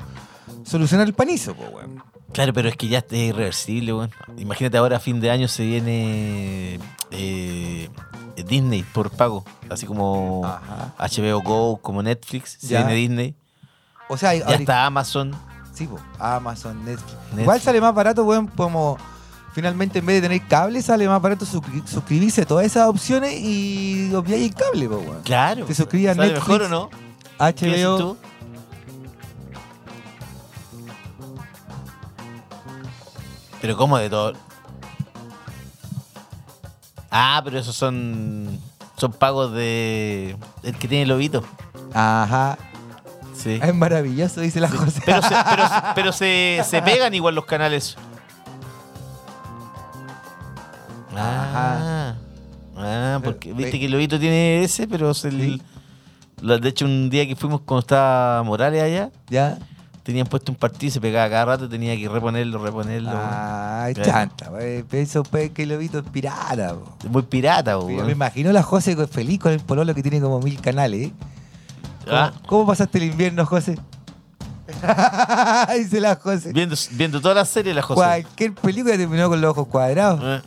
solucionar el panizo, pues, weón? Claro, pero es que ya es irreversible, weón. Imagínate ahora a fin de año se viene eh, Disney por pago. Así como Ajá. HBO Go, como Netflix, se Ah. Ya. viene Disney. O sea, Ya ahorita- está Amazon. Sí, po. Amazon, Netflix. Netflix. Igual sale más barato, weón, como finalmente en vez de tener cable, sale más barato suscri- suscribirse a todas esas opciones y obviáis el cable, po, weón. Claro. Te suscribes a ¿Sale Netflix, mejor o no? ¿Qué decís HBO. tú? Pero ¿cómo de todo? Ah, pero esos son son pagos de el que tiene el lobito. Ajá. Sí. Es maravilloso, dice la José. Pero, se, pero, se- pero se, se pegan igual los canales. Ah, Ah, ah, porque Eh, viste eh. que el lobito tiene ese, pero es el- Sí. la- de hecho, un día que fuimos cuando estaba Morales allá, ¿Ya? tenían puesto un partido y se pegaba cada rato, tenía que reponerlo, reponerlo. Ah. Ay, Claro. chanta, wey, eso pues, que el lobito es pirata. po. weón. Muy pirata, Mira, Oh, weón. Me imagino la José con- feliz con el pololo que tiene como mil canales. ¿eh? ¿Cómo, Ah, cómo pasaste el invierno, José? Dice la José. viendo, viendo toda la serie, la José. Cualquier película terminó con los ojos cuadrados. Eh.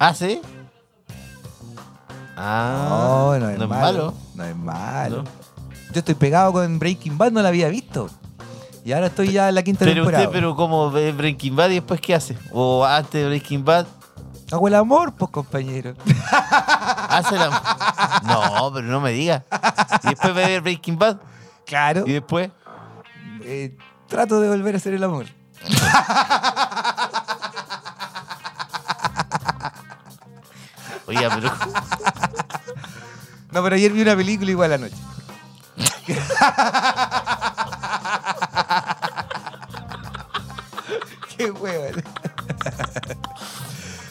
¿Ah, sí? Ah, Oh, no, no es, malo, No es malo. No. Yo estoy pegado con Breaking Bad, no la había visto. Y ahora estoy ya en la quinta Pero temporada. usted, pero como ve Breaking Bad y después qué hace? O antes de Breaking Bad, Hago el amor, pues, compañero. hace la... No, pero no me diga. Y después ve Breaking Bad claro. y después... eh, trato de volver a hacer el amor. Oiga, pero... No, pero ayer vi una película igual anoche. Qué huevo.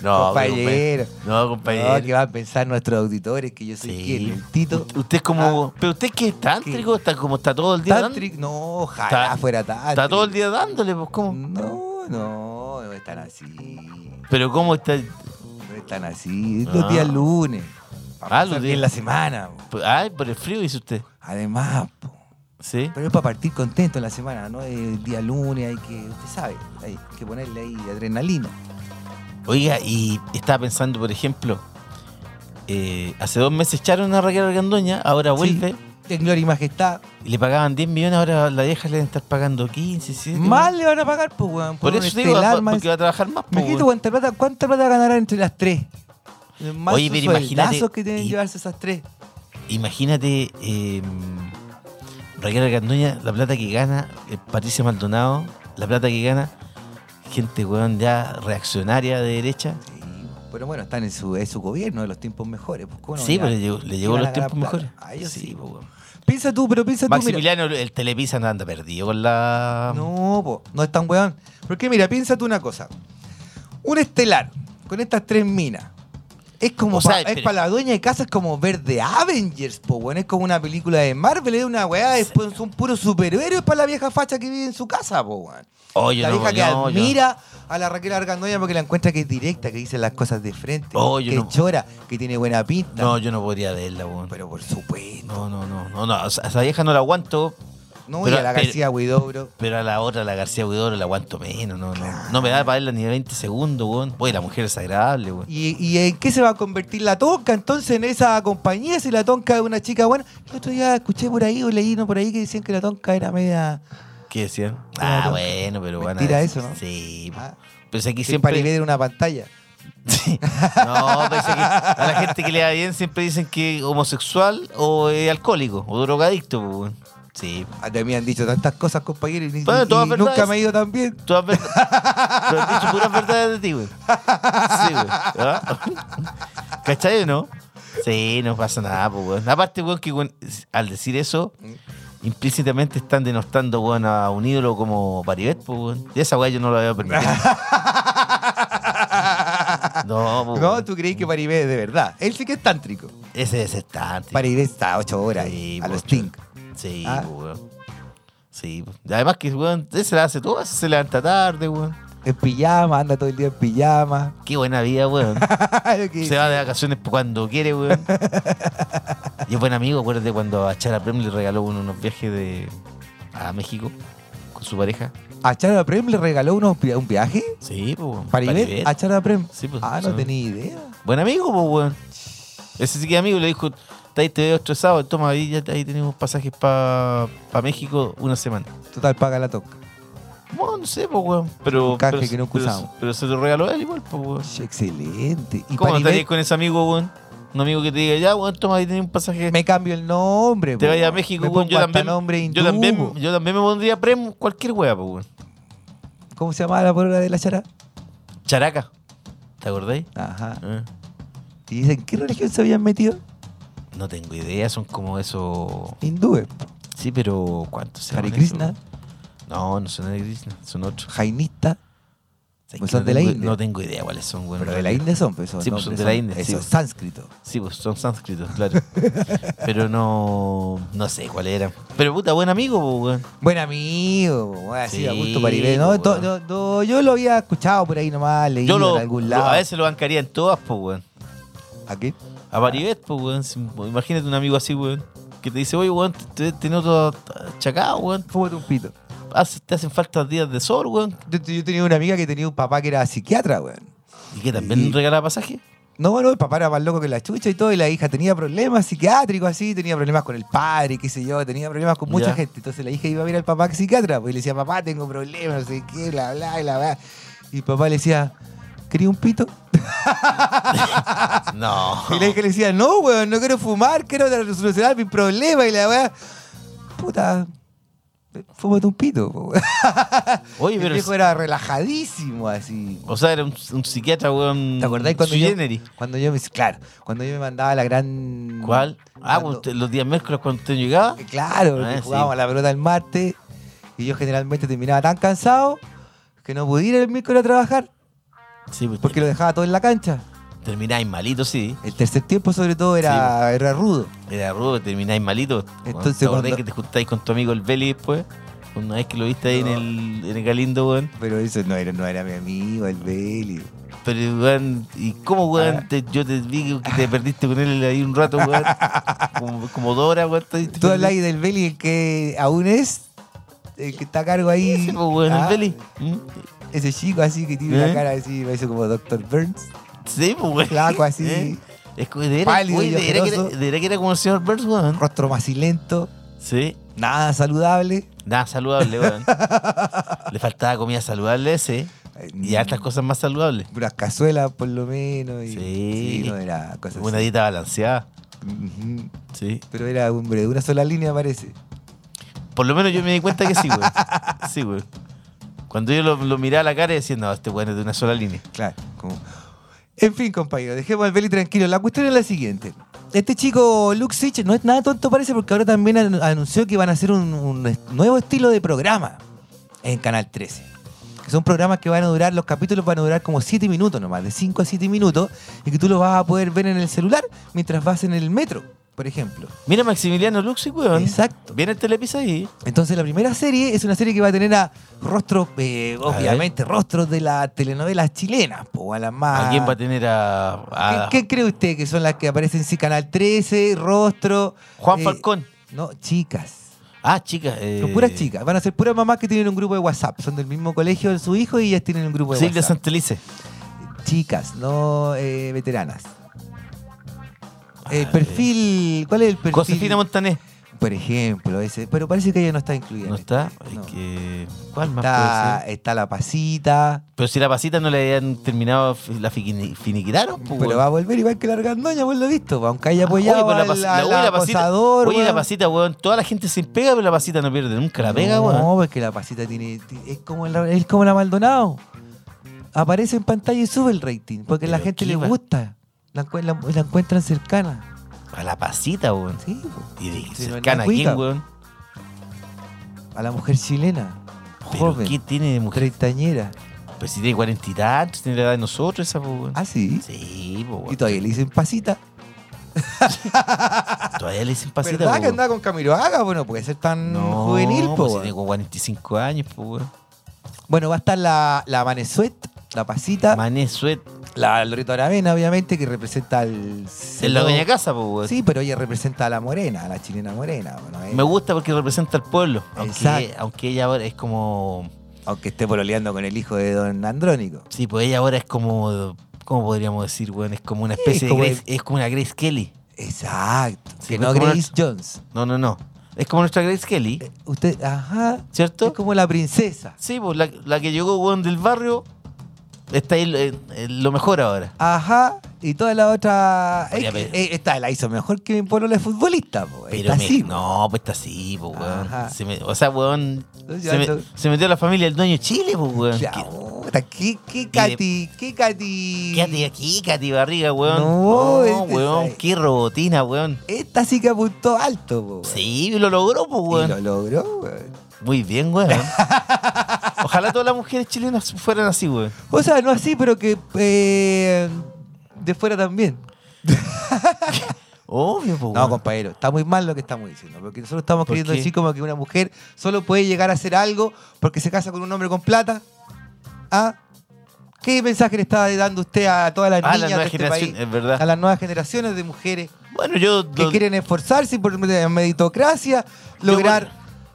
No, pero, Compañero. compa- No, No, que compañero. van a pensar nuestros auditores que yo soy Sí. quien, el Tito. U- Usted es como... ¿Pero usted qué es tántrico? ¿Está como está todo el día dando- Tantric, no, ojalá Está- fuera tan. Está todo el día dándole, pues ¿cómo? Mm. No, no, no están así. Pero ¿cómo está...? No están así. Los Ah. días lunes. Ah, Para los los días- días. la semana. po. Ay, por el frío dice usted. Además, po. ¿Sí? Pero es para partir contento en la semana, ¿no? El día lunes hay que, usted sabe, hay que ponerle ahí adrenalina. Oiga, y estaba pensando, por ejemplo, eh, hace dos meses echaron a Raquel Argandoña, ahora vuelve, Sí, en gloria y majestad. y le pagaban 10 millones, ahora la vieja le deben estar pagando 15, 7. Más le van a pagar, pues, weón. Por un eso te digo, estelar por- más- porque va a trabajar más. pues, po, Mijito, weón. ¿cuánta plata, ¿cuánta plata ganarán entre las tres? Más Oye, pero imagínate- que tienen y- que llevarse esas tres. Imagínate, eh, Raquel Argandoña, la plata que gana, eh, Patricia Maldonado, la plata que gana, gente, weón, ya reaccionaria de derecha. Sí, Pero bueno, están en su, es su gobierno, de los tiempos mejores. Pues, ¿cómo no? sí, Ya. pero le llegó, le llegó van a los ganar tiempos plata. mejores. Ah, ellos sí, po, weón. Piensa tú, pero piensa tú, mira. Maximiliano, el Telepisa no anda perdido con la. No, po, no es tan weón. Porque mira, piensa tú una cosa. Un estelar con estas tres minas. Es como O sea, pa- es pero- para la dueña de casa, es como ver de Avengers, po, weón. Es como una película de Marvel, es una weá, después son puros superhéroes para la vieja facha que vive en su casa, po, weón. Oh, yo la no, vieja que no, yo- admira a la Raquel Argandoña porque la encuentra que es directa, que dice las cosas de frente, Oh, yo que no- chora, que tiene buena pinta. No, yo no podría verla, weón. Pero por supuesto. No, no, no, no, no. o sea, A esa vieja no la aguanto, No, Pero- y a la pero- García Huidobro. pero a la otra, la García Huidoro, la aguanto menos. No, no, no me da para verla ni de 20 segundos, weón. Oye, la mujer es agradable, weón. ¿Y, y en qué se va a convertir la tonca? Entonces, en esa compañía, si la tonca es una chica buena. El otro día escuché por ahí o leí no por ahí que decían que la tonca era media. ¿Qué decían? Ah, Claro. bueno, pero bueno. Mentira eso, ¿no? Sí. pues, Ah, Pensé que siempre siempre. para en una pantalla. Sí. No, pensé que a la gente que le da bien siempre dicen que es homosexual o es alcohólico o drogadicto, pues, weón. Sí. A mí Ah, me han dicho tantas cosas, compañero, y, ni- Bueno, y todas nunca verdades. me he ido tan bien. Tú has, ver- tú has dicho puras verdades de ti, güey. Sí, güey. ¿Ah? ¿Cachai o no? Sí, no pasa nada, pues, güey. Aparte, güey, que güey, al decir eso, implícitamente están denostando, güey, a un ídolo como Paribet, pues, güey. Y esa güey yo no la voy a permitir. No, pues, No, güey. tú creí que Paribé es de verdad. Él sí que es tántrico. Ese es estante. Paribé está ocho horas Sí, ahí, a po, los ocho. Tink. Sí, Ah. pues, güey. Sí, pues. Además que, güey, se la hace todo, se levanta tarde, güey. En pijama, anda todo el día en pijama. Ah, Qué buena vida, güey. Lo que- Se va de vacaciones po- cuando quiere, weón. y es buen amigo, acuérdate cuando a Chara Prem le regaló uno- unos viajes de a México con su pareja. A Chara Prem le regaló unos vi- un viaje. Sí, pues, weón. Paribé, Paribet. a Chara Prem. Sí, pues, ah, no sí. tenía idea. Buen amigo, pues, weón. Ese sí que es amigo le dijo, "Está ahí te veo estresado, toma, ahí ya ahí tenemos pasajes para México una semana. Total, paga la toca. Bueno, no sé, pues, weón. Pero, Un canje pero, que nunca pero- usamos. pero se lo regaló él igual, pues, weón. Excelente. Y ¿Cómo no Paribé, estarías con ese amigo, weón? Un amigo que te diga, ya, weón, toma, ahí tenés un pasaje. me cambio el nombre. te po. vaya a México, Me weón, pongo yo hasta también, nombre hindú, yo, también, po. yo también me pondría prem cualquier wea, pues, weón. ¿Cómo se llamaba la polola de la chara? Characa, ¿te acordáis? Ajá. Eh, Y dicen, ¿qué religión se habían metido? No tengo idea, son como esos... Hindúes. Sí, pero ¿cuántos se Hare llaman esos, Krishna. weón? No, no son Hare Krishna, son otros. Jainista. ¿Sabes Pues que son no de la tengo- India. No tengo idea cuáles son, weón. Pero de la India son, pues. esos Sí, pues, son nombres de la India, sí, Eso es pues. sánscrito. Sí, pues son sánscritos, claro. Pero no. No sé cuáles eran. Pero puta, buen amigo, pues, weón. Buen amigo, po, así Sí, a gusto Paribé. ¿no? po, To- weón. no- no, yo lo había escuchado por ahí nomás, leído Yo lo, en algún lo- lado. A veces lo bancaría en todas, pues, weón. ¿A qué? A Paribet, pues, weón. Si- Imagínate un amigo así, weón. Que te dice, oye, weón, te, te noto achacado, weón. Fúmate un pito. Hace- te hacen falta días de sol, weón. Yo, yo tenía una amiga que tenía un papá que era psiquiatra, weón. Y que también Y- regalaba pasaje. No, no, el papá era más loco que la chucha y todo, y la hija tenía problemas psiquiátricos así, tenía problemas con el padre, qué sé yo, tenía problemas con mucha Ya. gente. Entonces la hija iba a ver al papá psiquiatra, pues y le decía, papá, tengo problemas, no sé qué, bla, bla, bla, bla. Y el papá le decía, ¿quería un pito? No. Y la hija le decía, no, weón, no quiero fumar, quiero solucionar mis problemas, y la weá, puta, fúmate un pito, po, weón. Oye, El pero. viejo era relajadísimo así. O sea, era un, un psiquiatra, weón. ¿Te acordás cuando sui yo, generis. cuando yo me claro, cuando yo me mandaba la gran ¿Cuál? Ah, cuando- usted- los días miércoles cuando usted llegaba. Claro, porque Ah, sí. jugábamos a la pelota el martes y yo generalmente terminaba tan cansado que no pude ir el miércoles a trabajar Sí, pues, porque lo dejaba todo en la cancha. termináis malito, sí. El tercer tiempo sobre todo era, era rudo. Era rudo, termináis malito. Entonces, ¿Te acordás cuando- que te juntáis con tu amigo el Beli después? Una vez que lo viste ahí No. en, el, en el Galindo, weón. Pero eso no era, no era mi amigo, el Beli. Pero, weón, ¿y cómo, weón? Ah. te- yo te vi que te perdiste con él ahí un rato, weón. como, como dos horas, weón. te- te Tú hablas perdiste. del Beli, el que aún es, el que está a cargo ahí. Sí, pues, weón, Ah, el Beli. ¿Mm? Ese chico así que tiene una ¿Eh? cara así, parece como Dr. Burns. Sí, pues, weón. Flaco así. ¿Eh? Es como, de veras, Pálido y güey, de veras que era, ojeroso. de veras que era como el señor Burns, weón. Rostro macilento, Sí. nada saludable. Nada saludable, weón. Le faltaba comida saludable ese. Y Mm. hartas cosas más saludables. unas cazuelas por lo menos. Y, Sí. no era cosa Una así. dieta balanceada. Ujú. Sí. Pero era hombre, de una sola línea parece. Por lo menos yo me di cuenta que sí, weón. Sí, weón. Cuando yo lo, lo miraba a la cara y decía, no, este weón es de una sola línea. Claro. como- En fin, compañero, dejemos al Beli tranquilo. La cuestión es la siguiente. Este chico Luxich no es nada tonto parece porque ahora también an- anunció que van a hacer un, un est- nuevo estilo de programa en Canal 13. Que son programas que van a durar, los capítulos van a durar como 7 minutos nomás, de 5 a 7 minutos, y que tú los vas a poder ver en el celular mientras vas en el metro, por ejemplo. Mira Maximiliano Luxi, weón. Exacto. Viene el telepisa ahí. Entonces la primera serie es una serie que va a tener a rostros, eh, ver. obviamente, rostros de las telenovelas chilenas, po, a las más... ¿A quién va a tener a. a- Ah. ¿Qué, qué cree usted que son las que aparecen en Canal 13, Rostro? Juan eh, Falcón. No, chicas. Ah, chicas. eh, Son puras chicas. Van a ser puras mamás que tienen un grupo de WhatsApp. Son del mismo colegio de su hijo y ellas tienen un grupo de Silvia WhatsApp. Santelice. Chicas, no eh, veteranas. El perfil. ¿Cuál es el perfil? Ah, Josefina Montané. Por ejemplo, ese. Pero parece que ella no está incluida. ¿No en esta, está? Ay, no. que- ¿Cuál más puede Está, ser? está la pasita. Pero si la pasita no le habían terminado, fi- la fiquini- finiquitaron. po, Pero weón. va a volver igual que la argandoña, vos lo has visto. po, Aunque haya Ah, Oye, apoyado pero la al- pasi- la- al oye, la pasita- acosador, Oye, la weón. pasita, weón. Toda la gente se pega, pero la pasita no pierde nunca la pega, weón. No, porque la pasita tiene. ti- Es como la, es como la Maldonado. Aparece en pantalla y sube el rating. Porque a la Pero gente qué le va- gusta. La, encu- la- la encuentran cercana. A la pasita, weón. Sí, po. Y de Sí, no es cercana la a quién, cuica. weón. a la mujer chilena. Pero Joven. ¿qué tiene de mujer? Treintañera. Pues si tiene cuarenta y tantos, tiene la edad de nosotros esa, po, weón. Ah, sí. Sí, po, Y weón. todavía le dicen pasita. Todavía le dicen pasita, po, ¿Verdad que weón. andaba con Camiroaga? Bueno, puede ser tan No, juvenil, po, pues si weón. tiene como 45 años, po, weón. Bueno, va a estar la, la Manesuet, la pasita, Mané Suet. la Loreto Aravena, obviamente, que representa al. Es la dueña de casa, po, weón. Sí, pero ella representa a la morena, a la chilena morena. bueno, eh. Me gusta porque representa al pueblo. Aunque, Exacto. aunque ella ahora es como. Aunque esté pololeando con el hijo de don Andrónico. Sí, pues ella ahora es como. ¿Cómo podríamos decir, weón? Es como una especie como de. Grace- es como una Grace Kelly. Exacto. Sí, que pues no como Grace Jones. No, no, no. Es como nuestra Grace Kelly, Eh, Usted, ajá. ¿cierto? Es como la princesa. Sí, pues la, la que llegó weón del barrio está ahí eh, eh, lo mejor ahora. Ajá. Y toda la otra. Oye, eh, pero- eh, esta la hizo mejor que mi pololo es futbolista. po. Pero Está me- así, po. no, pues está así, pues Ajá. weón. Se me- o sea, weón. Entonces, Se, me- ando- se metió a la familia del dueño de Chile, pues weón. Ya, Qué- puta, ¿Qué, qué Katy? ¿Qué Katy? Quédate aquí, Cati Barriga, weón. No, este weón, es- qué robotina, weón. Esta sí que apuntó alto, po, weón. Sí, lo logró, pues Y weón. lo logró, weón. Muy bien, weón. Ojalá todas las mujeres chilenas fueran así, weón. O sea, no así, pero que eh, de fuera también. Obvio, pues, No, compañero, está muy mal lo que estamos diciendo, porque nosotros estamos ¿Por queriendo qué? decir como que una mujer solo puede llegar a hacer algo porque se casa con un hombre con plata. ¿Ah? ¿Qué mensaje le está dando usted a todas las A las niñas de nuevas este generaciones, país? es verdad. A las nuevas generaciones de mujeres Bueno, yo... que lo- quieren esforzarse por meritocracia, lograr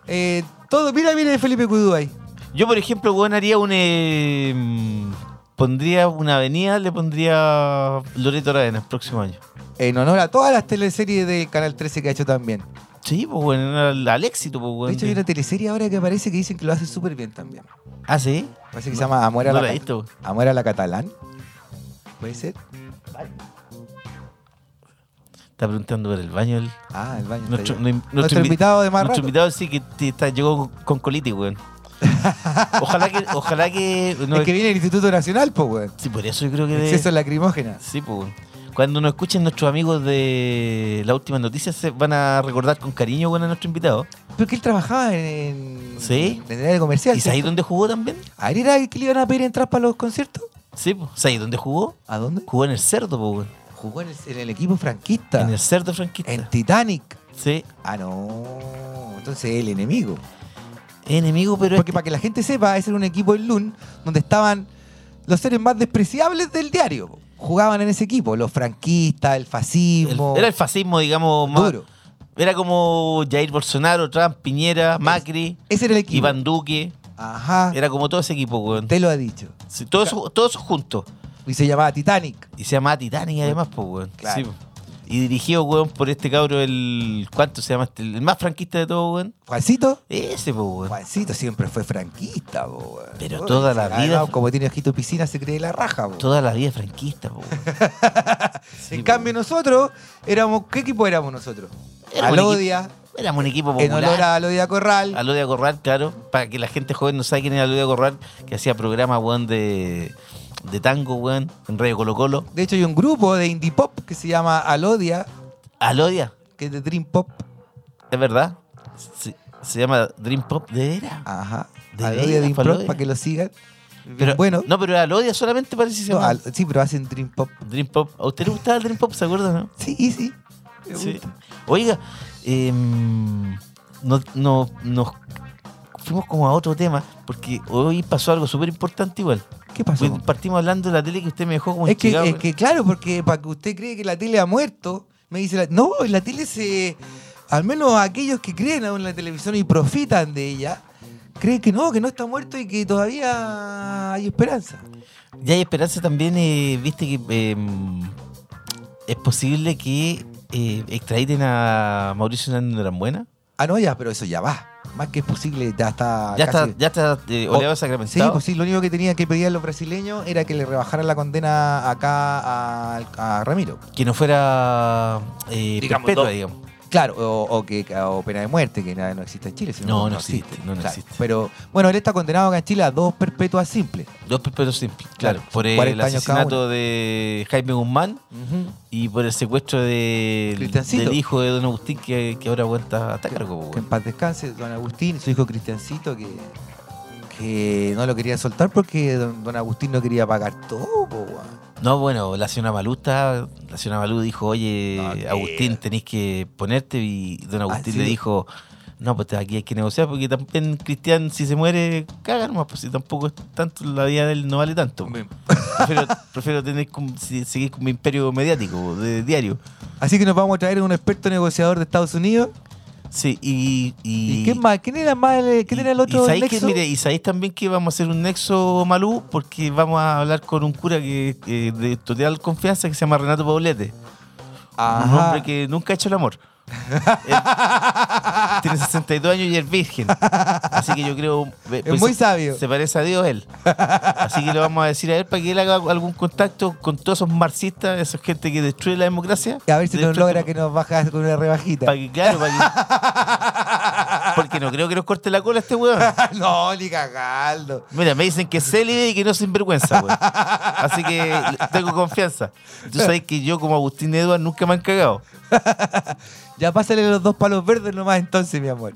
eh, todo. Mira, mira Felipe Cuidú ahí. Yo, por ejemplo, weón, haría un... eh, mm, pondría una avenida, le pondría Loreto Aravena el próximo año. En honor a todas las teleseries del Canal 13 que ha hecho también. Sí, pues, weón, al, al éxito, pues, De weón. hecho, hay una teleserie ahora que parece que dicen que lo hace súper bien también. Ah, ¿sí? Parece que se llama Amor a No la, la he Ca- visto. Amor a la Catalán. ¿Puede ser? Está preguntando por el baño. El, Ah, el baño. está nuestro, lleno. no- nuestro, invitado de más Nuestro rato. invitado sí que te- está- llegó con colitis, weón. Ojalá que... Ojalá que, no, Eh. es que viene el Instituto Nacional, pues, weón. Sí, por eso yo creo que... de- Exceso lacrimógena. Sí, pues. Cuando nos escuchen nuestros amigos de las últimas noticias, se van a recordar con cariño bueno, a nuestro invitado. Pero que él trabajaba en, en- Sí. en el área comercial. ¿Y ¿sí? sabéis dónde jugó también? ¿A él era el que le iban a pedir entrar para los conciertos? Sí, pues. ¿Sabéis dónde jugó? ¿A dónde? Jugó en el cerdo, pues. Jugó en el, en el equipo franquista. En el cerdo franquista. en Titanic. Sí. Ah, no. Entonces el enemigo. Enemigo, pero. Porque este- para que la gente sepa, ese era un equipo en LUN donde estaban los seres más despreciables del diario. Jugaban en ese equipo, los franquistas, el el- fascismo. era el fascismo, digamos, más. duro. Era como Jair Bolsonaro, Trump, Piñera, Macri, Ese era el equipo. Iván Duque. Ajá. Era como todo ese equipo, weón. Te lo ha dicho. Sí, todos, todos juntos. Y se llamaba Titanic. Y se llama Titanic además, pues, weón. Claro. Sí, po. Y dirigido, weón, por este cabro, el. ¿Cuánto se llama? este? El más franquista de todo, weón. Juancito. Ese, pues, weón. Juancito siempre fue franquista, po, weón. Pero Uy, toda la además, vida- Como tiene ojito piscina, se cree la raja, po. Toda la vida franquista, po, weón. Sí, en po, cambio, weón. nosotros éramos. ¿Qué equipo éramos nosotros? Éramos un Alodia, Éramos un equipo en honor popular. a Alodia Corral. Alodia Corral, claro. Para que la gente joven no sabe quién era Alodia Corral, que hacía programas, weón, de, de tango, weón, en Radio Colo Colo. De hecho, hay un grupo de indie pop que se llama Alodia, Alodia, que es de Dream Pop. es verdad. Se, se llama Dream Pop, de veras. Ajá. ¿De Alodia veras, Dream fue Pop Alodia? para que lo sigan. Bien Pero, bueno, No, pero Alodia solamente parece que se no, llama. al- sí, pero hacen Dream Pop. Dream Pop. ¿A usted le gustaba el Dream Pop, se acuerda, no? Sí, y sí. Me Sí. gusta. Oiga, eh, no, no- nos fuimos como a otro tema, porque hoy pasó algo súper importante igual. ¿Qué pasó? Pues Partimos hablando de la tele que usted me dejó como Es que, instigado, es güey. que claro, porque para que usted cree que la tele ha muerto, me dice la- no, la tele se al menos aquellos que creen aún en la televisión y profitan de ella, creen que no, que no está muerto y que todavía hay esperanza. Ya hay esperanza también, eh, viste que eh, es posible que eh, extraiten a Mauricio Hernández Arambuena. Ah, no, ya, pero eso ya va. Más que es posible, ya está Ya casi- está, ya está eh, oleado Sí, sacramentado. pues sí, lo único que tenían que pedir los brasileños era que le rebajaran la condena acá al- a, Ramiro. pues, Que no fuera eh, Digamos, perpetua, no. digamos. Claro, o, o que o pena de muerte, que na- no existe en Chile. si No, no existe, no, no existe. Pero bueno, él está condenado acá en Chile a dos perpetuas simples. Dos perpetuos simples, Claro, claro. Por el 40 años cada asesinato de Jaime Guzmán y por el secuestro de- Cristiancito. del hijo de Don Agustín que, que ahora aguanta hasta cargo. po, Que en weón. paz descanse, don Agustín, su hijo Cristiancito, que, que no lo quería soltar porque don, don Agustín no quería pagar todo. po, weón. No, bueno, la señora Malú está- la señora Malú dijo, oye, No, que- Agustín, tenés que ponerte y don Agustín sí. le dijo, no, pues aquí hay que negociar porque también Cristian si se muere, caga nomás, pues si tampoco es tanto, la vida de él no vale tanto. pues". Prefiero, prefiero tener con- si- seguir con mi imperio mediático de diario. Así que nos vamos a traer un experto negociador de Estados Unidos. Sí, y... ¿Y, quién más? ¿Quién era más? el- ¿Quién era el otro? Y sabéis, que, nexo? mire, y sabéis también que vamos a hacer un nexo, Malú, porque vamos a hablar con un cura que, que de total confianza que se llama Renato Paulete. Un Ajá. hombre que nunca ha hecho el amor. Él tiene 62 años y es virgen. Así que yo creo. Es muy sabio. Se parece a Dios él. Así que le vamos a decir a él para que él haga algún contacto con todos esos marxistas, esa gente que destruye la democracia. Y a ver si Destruye nos logra que nos bajas con una rebajita. Para que, claro, para que. Porque no creo que nos corte la cola este weón. no, ni cagaldo. Mira, me dicen que es célibe y que no es sinvergüenza, güey. Así que tengo confianza. Tú sabes que yo, como Agustín Eduard, nunca me han cagado. Ya pásale los dos palos verdes nomás entonces, mi amor.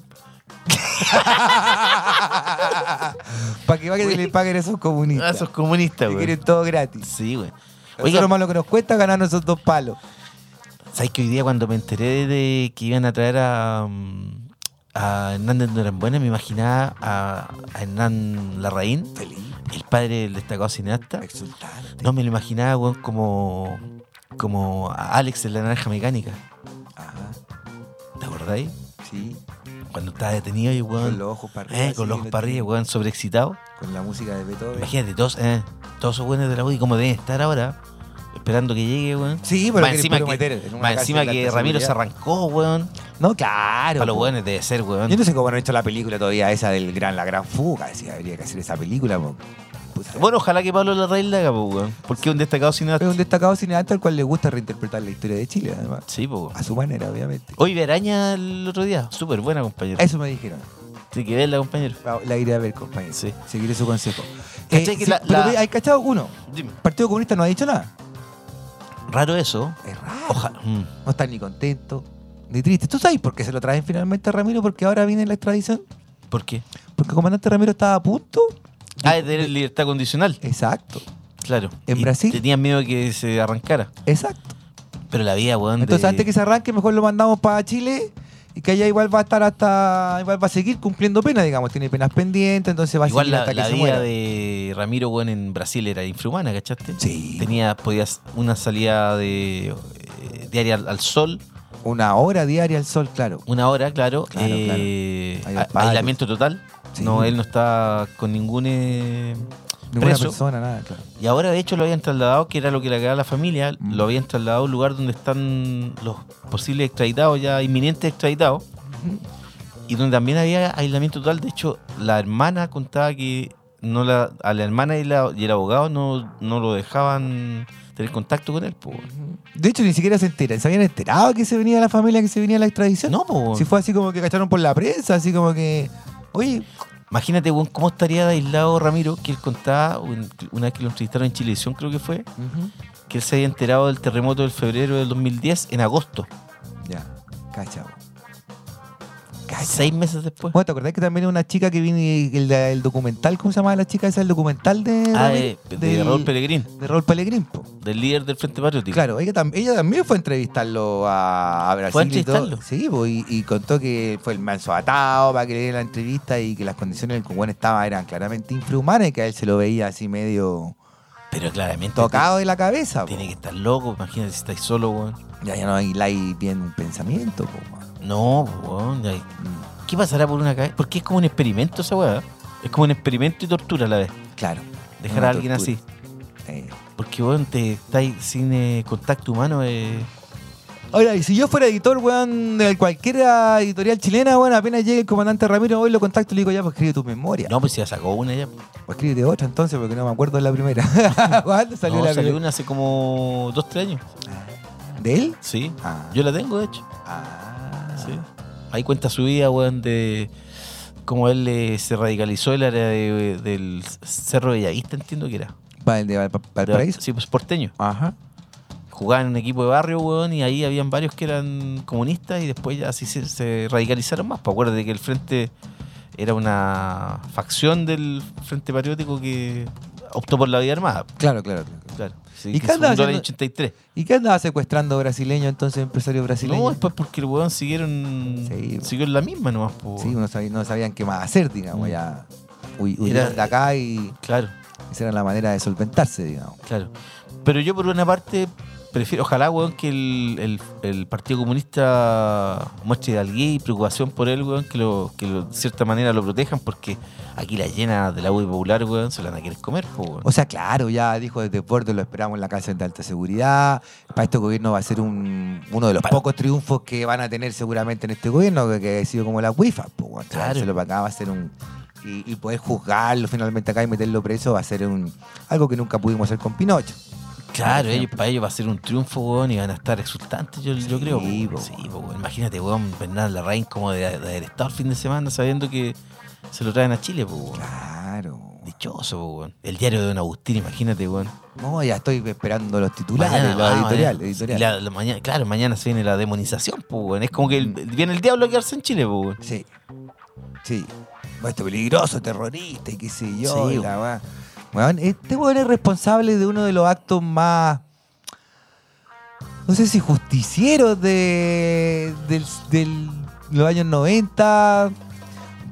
Para que paguen, le paguen a esos Ah, comunistas. sos comunista, que güey. quieren todo gratis. Sí, güey. Eso es lo Oiga, malo que nos cuesta ganar esos dos palos. ¿sabes que hoy día cuando me enteré de que iban a traer a, mm, a Hernández Norambuena, me imaginaba a, a Hernán Larraín, el padre del destacado cineasta? Exultante. No me lo imaginaba, weón, como, como a Alex en la naranja mecánica. Ajá, ¿Te acordáis? Ah, sí. Cuando estaba detenido y Con los weón. ojos para arriba. eh, con así los que ojos lo para arriba, tiene. weón, sobreexcitado. Con la música de Beethoven. Imagínate, todos, eh, todos esos buenos de la U y cómo deben estar ahora, esperando que llegue, weón. Sí, pero Más que encima lo que, meter en una más cárcel encima de que alta Ramiro se seguridad. arrancó, weón. No, claro. Para los po. buenos debe ser, weón. Yo no sé cómo han hecho la película todavía esa del gran, la gran fuga. Decía, habría que hacer esa película. po. Puta, Bueno, ojalá que Pablo Larraín la haga, po, weón. Porque es un destacado es cineasta. un destacado cineasta al cual le gusta reinterpretar la historia de Chile, además. Sí, po. A su manera, obviamente. Hoy vi Araña el otro día. Súper buena, compañero. Eso me dijeron. Hay que verla, compañero. La, la iré a ver, compañero. Sí. Seguiré su consejo. Eh, ¿Cachai que sí, la- pero la- ¿Hay cachado uno? Dime. Partido Comunista no ha dicho nada. Raro eso. Es raro. Ojalá. mm. No están ni contentos, ni tristes. ¿Tú sabes por qué se lo traen finalmente a Ramiro? Porque ahora viene la extradición. ¿Por qué? Porque el comandante Ramiro estaba a punto. Ah, de tener libertad condicional. Exacto, Claro. ¿En Y Brasil? Tenían miedo que se arrancara. exacto. Pero la vida, weón. de- Entonces, antes que se arranque, mejor lo mandamos para Chile. Y que allá igual va a estar hasta. Igual va a seguir cumpliendo pena, digamos. Tiene penas pendientes, entonces va a Igual seguir la, hasta la que se vida muera. de Ramiro, weón, en Brasil era infrahumana, ¿cachaste? Sí. Tenía, podías una salida de eh, diaria al, al sol, Una hora diaria al sol, claro. una hora, claro. Claro, eh, claro. Hay a- varios. aislamiento total. Sí. No, él no está con ningún eh, Ninguna preso. persona, nada, claro. Y ahora, de hecho, lo habían trasladado, que era lo que le cagaba a la familia, Mm. lo habían trasladado a un lugar donde están los posibles extraditados, ya inminentes extraditados, y donde también había aislamiento total. De hecho, la hermana contaba que no la, a la hermana y, la- y el abogado no, no lo dejaban tener contacto con él. po. De hecho, ni siquiera se enteran. ¿Se habían enterado que se venía la familia, que se venía la extradición? No, po. Si fue así como que cacharon por la prensa, así como que. Oye, Imagínate, weón, cómo estaría de aislado Ramiro, que él contaba, un- una vez que lo entrevistaron en Chilevisión, creo que fue, que él se había enterado del terremoto del febrero del 2010 en agosto, ya, cacha. po. Cacha. seis meses después. Bueno, ¿te acordás que también una chica que vino y el, el documental, ¿cómo se llamaba la chica esa? El documental de. Ah, Ramírez? de, de Del- Raúl Pellegrín, de Raúl Pellegrín, po. del líder del Frente Patriótico. Claro, ella, tam- ella también fue a entrevistarlo a, a Brasil. ¿Fue a y todo. entrevistarlo? Sí, po, y, y contó que fue el manso atado para que le diera la entrevista y que las condiciones en las que Juan estaba eran claramente infrahumanas y que a él se lo veía así medio Pero claramente tocado de la cabeza. te- po. tiene que estar loco, imagínate si estáis solo, weón. Ya, ya no hay ahí bien un pensamiento, pues, Mm, po, mano. No, weón. ya- ¿Qué pasará por una cabeza? Porque es como un experimento esa weá. ¿eh? Es como un experimento y tortura a la vez. Claro. Dejar Una a alguien tortura. así. Eh. Porque, weón, te estáis sin eh, contacto humano. eh. Ahora, y si yo fuera editor, weón, de cualquier editorial chilena, weón, apenas llegue el comandante Ramiro, hoy lo contacto y le digo, ya, pues escribe tu memoria. No, pues si ya sacó una ya. O escríbete otra entonces, porque no me acuerdo de la primera. ¿Cuándo salió No, la salió primera? una hace como dos, tres años. ¿De él? Sí. Ah. Yo la tengo, de hecho. Ah. Sí. Ahí cuenta su vida, weón, de cómo él eh, se radicalizó el área de- del Cerro Bellavista, entiendo que era. Va, el de Valpa- Valparaíso. Sí, pues porteño. Ajá. Jugaba en un equipo de barrio, weón, y ahí habían varios que eran comunistas y después ya así se, se radicalizaron más. Pues acuérdate que el Frente era una facción del Frente Patriótico que optó por la vida armada. Claro, claro, claro. Claro. Sí, ¿Y que qué se andaba fundó en el haciendo? 83. ¿Y qué andaba secuestrando brasileño entonces, empresario brasileño? No, después porque el weón siguieron, pues. Sí, pues. siguieron la misma nomás. po, Sí, weón. no, sabía- no sabían qué más hacer, digamos, Mm. ya. Uy, uy, Era- de acá y Claro. esa era la manera de solventarse, digamos. Claro. Pero yo, por una parte, prefiero, ojalá, weón, que el, el- el Partido Comunista muestre hidalguía y preocupación por él, weón, que, lo, que lo- de cierta manera lo protejan, porque aquí la llena de la UI popular, weón, se la van a querer comer, po, weón. O sea, claro, ya dijo desde Puerto, lo esperamos en la cárcel de alta seguridad. Para este gobierno va a ser un- uno de los Pa- pocos triunfos que van a tener seguramente en este gobierno, que, que ha sido como la WIFA. Pues, Claro. claro. para acá va a ser un. Y, y poder juzgarlo finalmente acá y meterlo preso va a ser un algo que nunca pudimos hacer con Pinocho. Claro, por ellos, para ellos va a ser un triunfo, weón, y van a estar exultantes, yo, yo Sí, creo. po, weón. weón. Sí, po, weón. Imagínate, weón, Bernard Larraín como de, de haber estado el fin de semana sabiendo que se lo traen a Chile, po, weón. Claro. Dichoso, po, weón. El diario de Don Agustín, imagínate, weón. No, ya estoy esperando los titulares, Mañana, los ah, editoriales. mañana. editoriales. Y la- la mañana- claro, mañana se viene la demonización, pues, weón. Es como que el- viene el diablo a quedarse en Chile, pues, weón. Sí. Sí. Va, Este peligroso, terrorista y qué sé yo. Sí, y la weá. Weón, este weón es responsable de uno de los actos más. No sé si justicieros de. del, del- los años 90.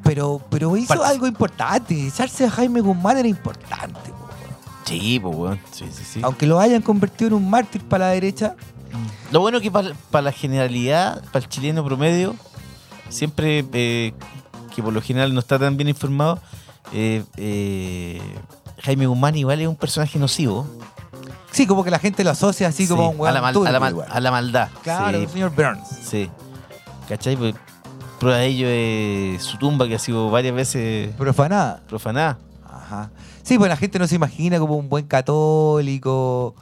Pero, pero hizo Partic- algo importante. Echarse a Jaime Guzmán era importante. po, weón. Sí, pues, weón. Sí, sí, sí. Aunque lo hayan convertido en un mártir para la derecha. Lo bueno que para la generalidad, para el chileno promedio, siempre eh, que por lo general no está tan bien informado, eh, eh, Jaime Guzmán igual es un personaje nocivo. Sí, como que la gente lo asocia así como a un a, weón. la mal- a, la turbio, mal- igual. a la maldad. Claro, Sí, el señor Burns. sí. ¿Cachai? Pues, prueba de ello es su tumba que ha sido varias veces Profanada. profanada. Ajá. Sí, pues la gente no se imagina como un buen católico.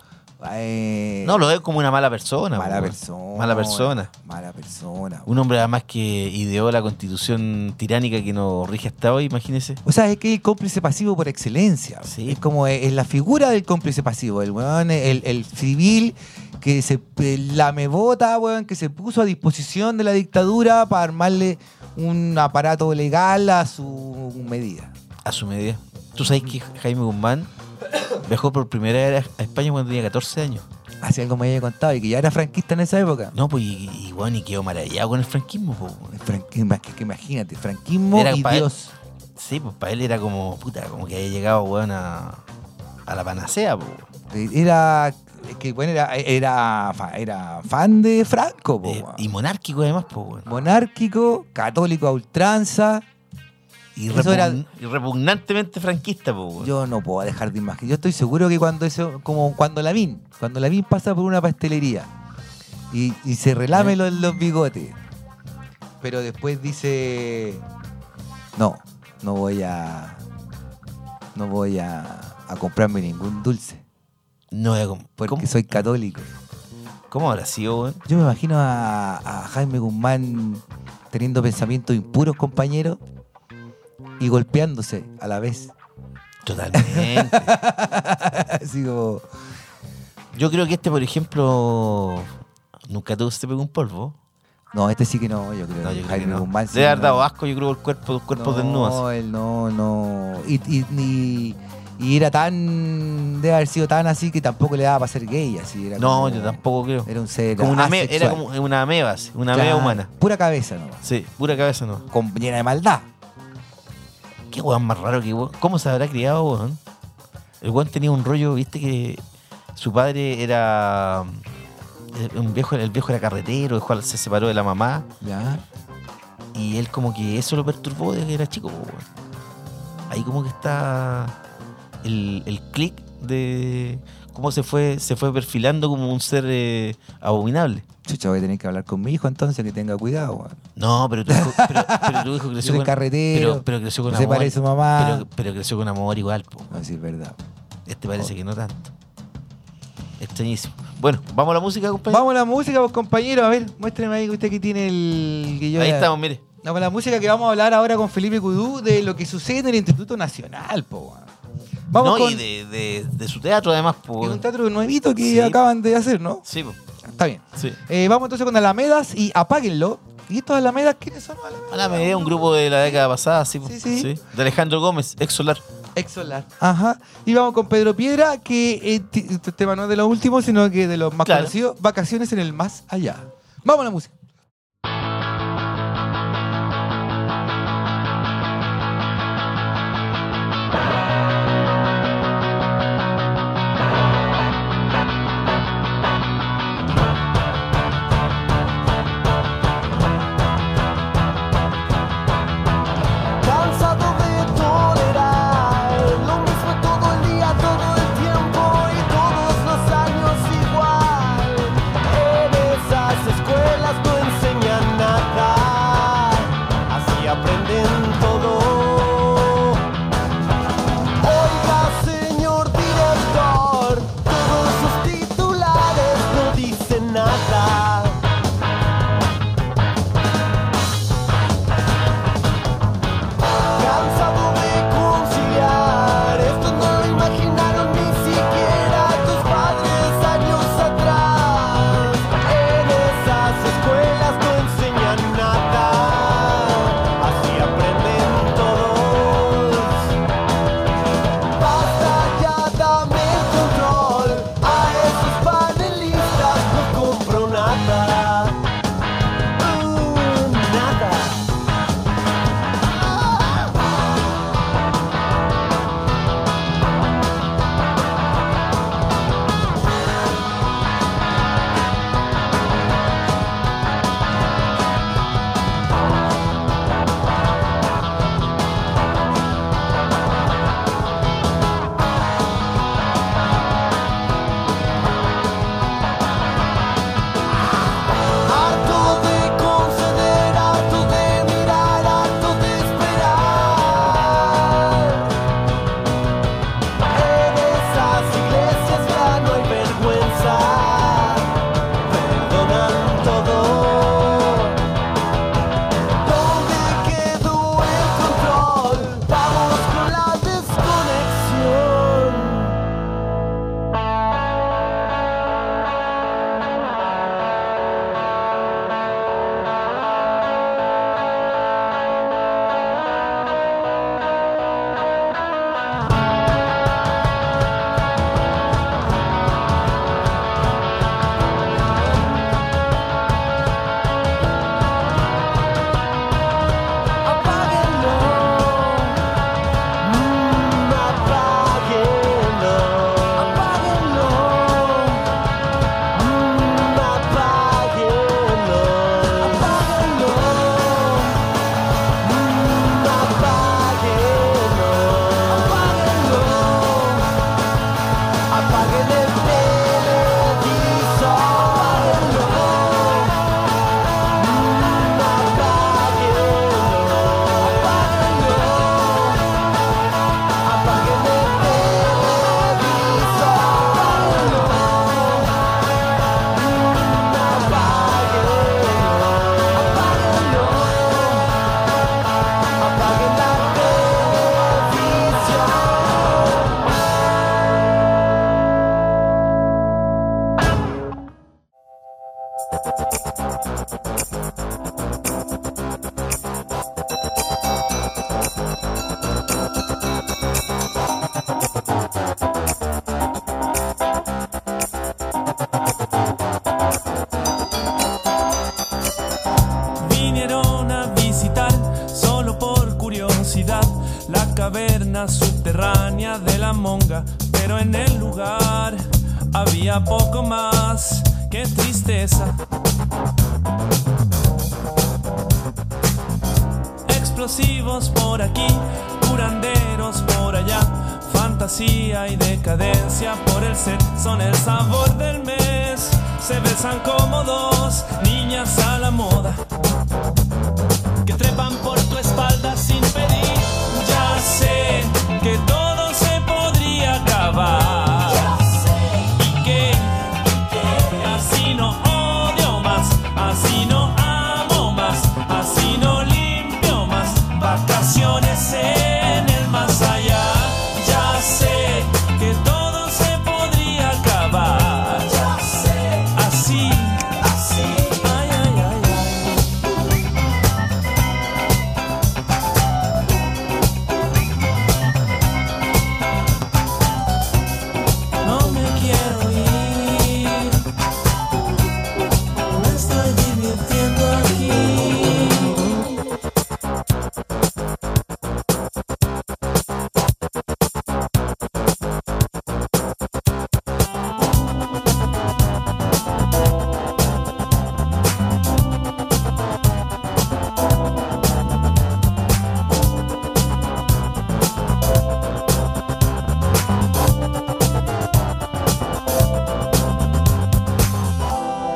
eh, No, lo ve como una mala persona. mala pues, weón. persona. Mala persona. Mala persona. Un hombre además que ideó la constitución tiránica que nos rige hasta hoy, imagínese. O sea, es que es el cómplice pasivo por excelencia. Sí. Es como eh, es la figura del cómplice pasivo, el weón, el, el civil que se eh, lame bota, weón, que se puso a disposición de la dictadura para armarle un aparato legal a su medida. a su medida. Tú sabes que Jaime Guzmán viajó por primera vez a España cuando tenía 14 años. Así algo me había contado y que ya era franquista en esa época. No, pues y, y bueno, y quedó maravillado con el franquismo. po, weón. Fran- que- que imagínate, franquismo Era y pa- Dios. Sí, pues para él era como, puta, como que había llegado, weón, a, a la panacea, po, weón. Era es que bueno, era, era, fa- era fan de Franco, po, Eh, Oh, weón. y monárquico además, pues, weón. monárquico, católico a ultranza. Y, Eso era- repugn- y repugnantemente franquista, pues, weón. Yo no puedo dejar de imaginar. Yo estoy seguro que cuando eso, como cuando Lavín, cuando Lavín pasa por una pastelería y, y se relame ¿Eh? los, los bigotes, pero después dice no, no voy a no voy a, a comprarme ningún dulce No era como, porque ¿cómo, soy católico. cómo habrá sido, weón? Yo me imagino a, a Jaime Guzmán teniendo pensamientos impuros, compañero, y golpeándose a la vez. Totalmente. Así como, Yo creo que este, por ejemplo, nunca tuvo, se pegó un polvo. no, este sí que no, yo creo. No, yo creo Jaime que no. Guzmán sí Debe haber no. dado asco, yo creo, el cuerpo, los cuerpos desnudos. No, él no, no. Y, y, y- y era tan. Debe haber sido tan así que tampoco le daba para ser gay. Así, era No, como- yo tampoco creo. Era un ser. Como una ame- era asexual. como una ameba, sí, una Claro, ameba humana. Pura cabeza, ¿no? Sí, pura cabeza no. Con, llena de maldad. Qué weón más raro que weón. ¿Cómo se habrá criado, weón? El weón tenía un rollo, viste, que su padre era. eh, Un viejo, el viejo era carretero, el cual se separó de la mamá. Ya. Y él, como que eso lo perturbó desde que era chico, weón. Ahí, como que está el, el clic de cómo se fue, se fue perfilando como un ser eh, abominable. Chucha, voy a tener que hablar con mi hijo entonces, que tenga cuidado, weón. No, pero tu hijo, pero, pero tu hijo creció Soy con, carretero, pero, pero creció con se amor. parece a su mamá. Pero, pero creció con amor igual, po. No, sí, es verdad. Este Oh. parece que no tanto. Extrañísimo. Bueno, vamos a la música, compañero. Vamos a la música, pues, compañero. A ver, muéstrame ahí que usted que tiene el que yo Ahí ya- estamos, mire. No, con la música que vamos a hablar ahora con Felipe Cudú de lo que sucede en el Instituto Nacional, po. weón. Vamos no, con y de, de- de su teatro además, po. es un teatro nuevito que Sí. acaban de hacer, ¿no? Sí, po. Está bien. Sí. Eh, vamos entonces con Alamedas y apáguenlo. ¿Y estos Alamedas quiénes son? los Alamedas? A la medida, un grupo de la década pasada, sí, po. Sí, sí. De Alejandro Gómez, ex solar. Exolar. Ajá. Y vamos con Pedro Piedra, que eh, ti- este tema no es de los últimos, sino que de los más Claro. conocidos. Vacaciones en el más allá. Vamos a la música. Cansado de tolerar lo mismo todo el día, todo el tiempo e y todos los años igual. En esas E escuelas no Uh, Apaguen el televisor, apáguenlo. Mm, apáguenlo, apáguenlo. Apaguen el televisor, apáguenlo. Mm, apáguenlo, apáguenlo. Apaguen la televisión. Vinieron a visitar, solo por curiosidad, la caverna subterránea de la monga. Pero en el lugar había poco más que tristeza. Explosivos por aquí, curanderos por allá, fantasía y decadencia por el set son el sabor del mes. Se besan como dos niñas a la moda que trepan por tu espalda sin pedir. Ya sé que todo se podría acabar. Y que así no odio más, así no amo más, así no limpio más. Vacaciones en el más allá. Ya sé que todo se podría acabar. Así, así, ay, ay, ay, ay. No me quiero ir, me estoy divirtiendo aquí.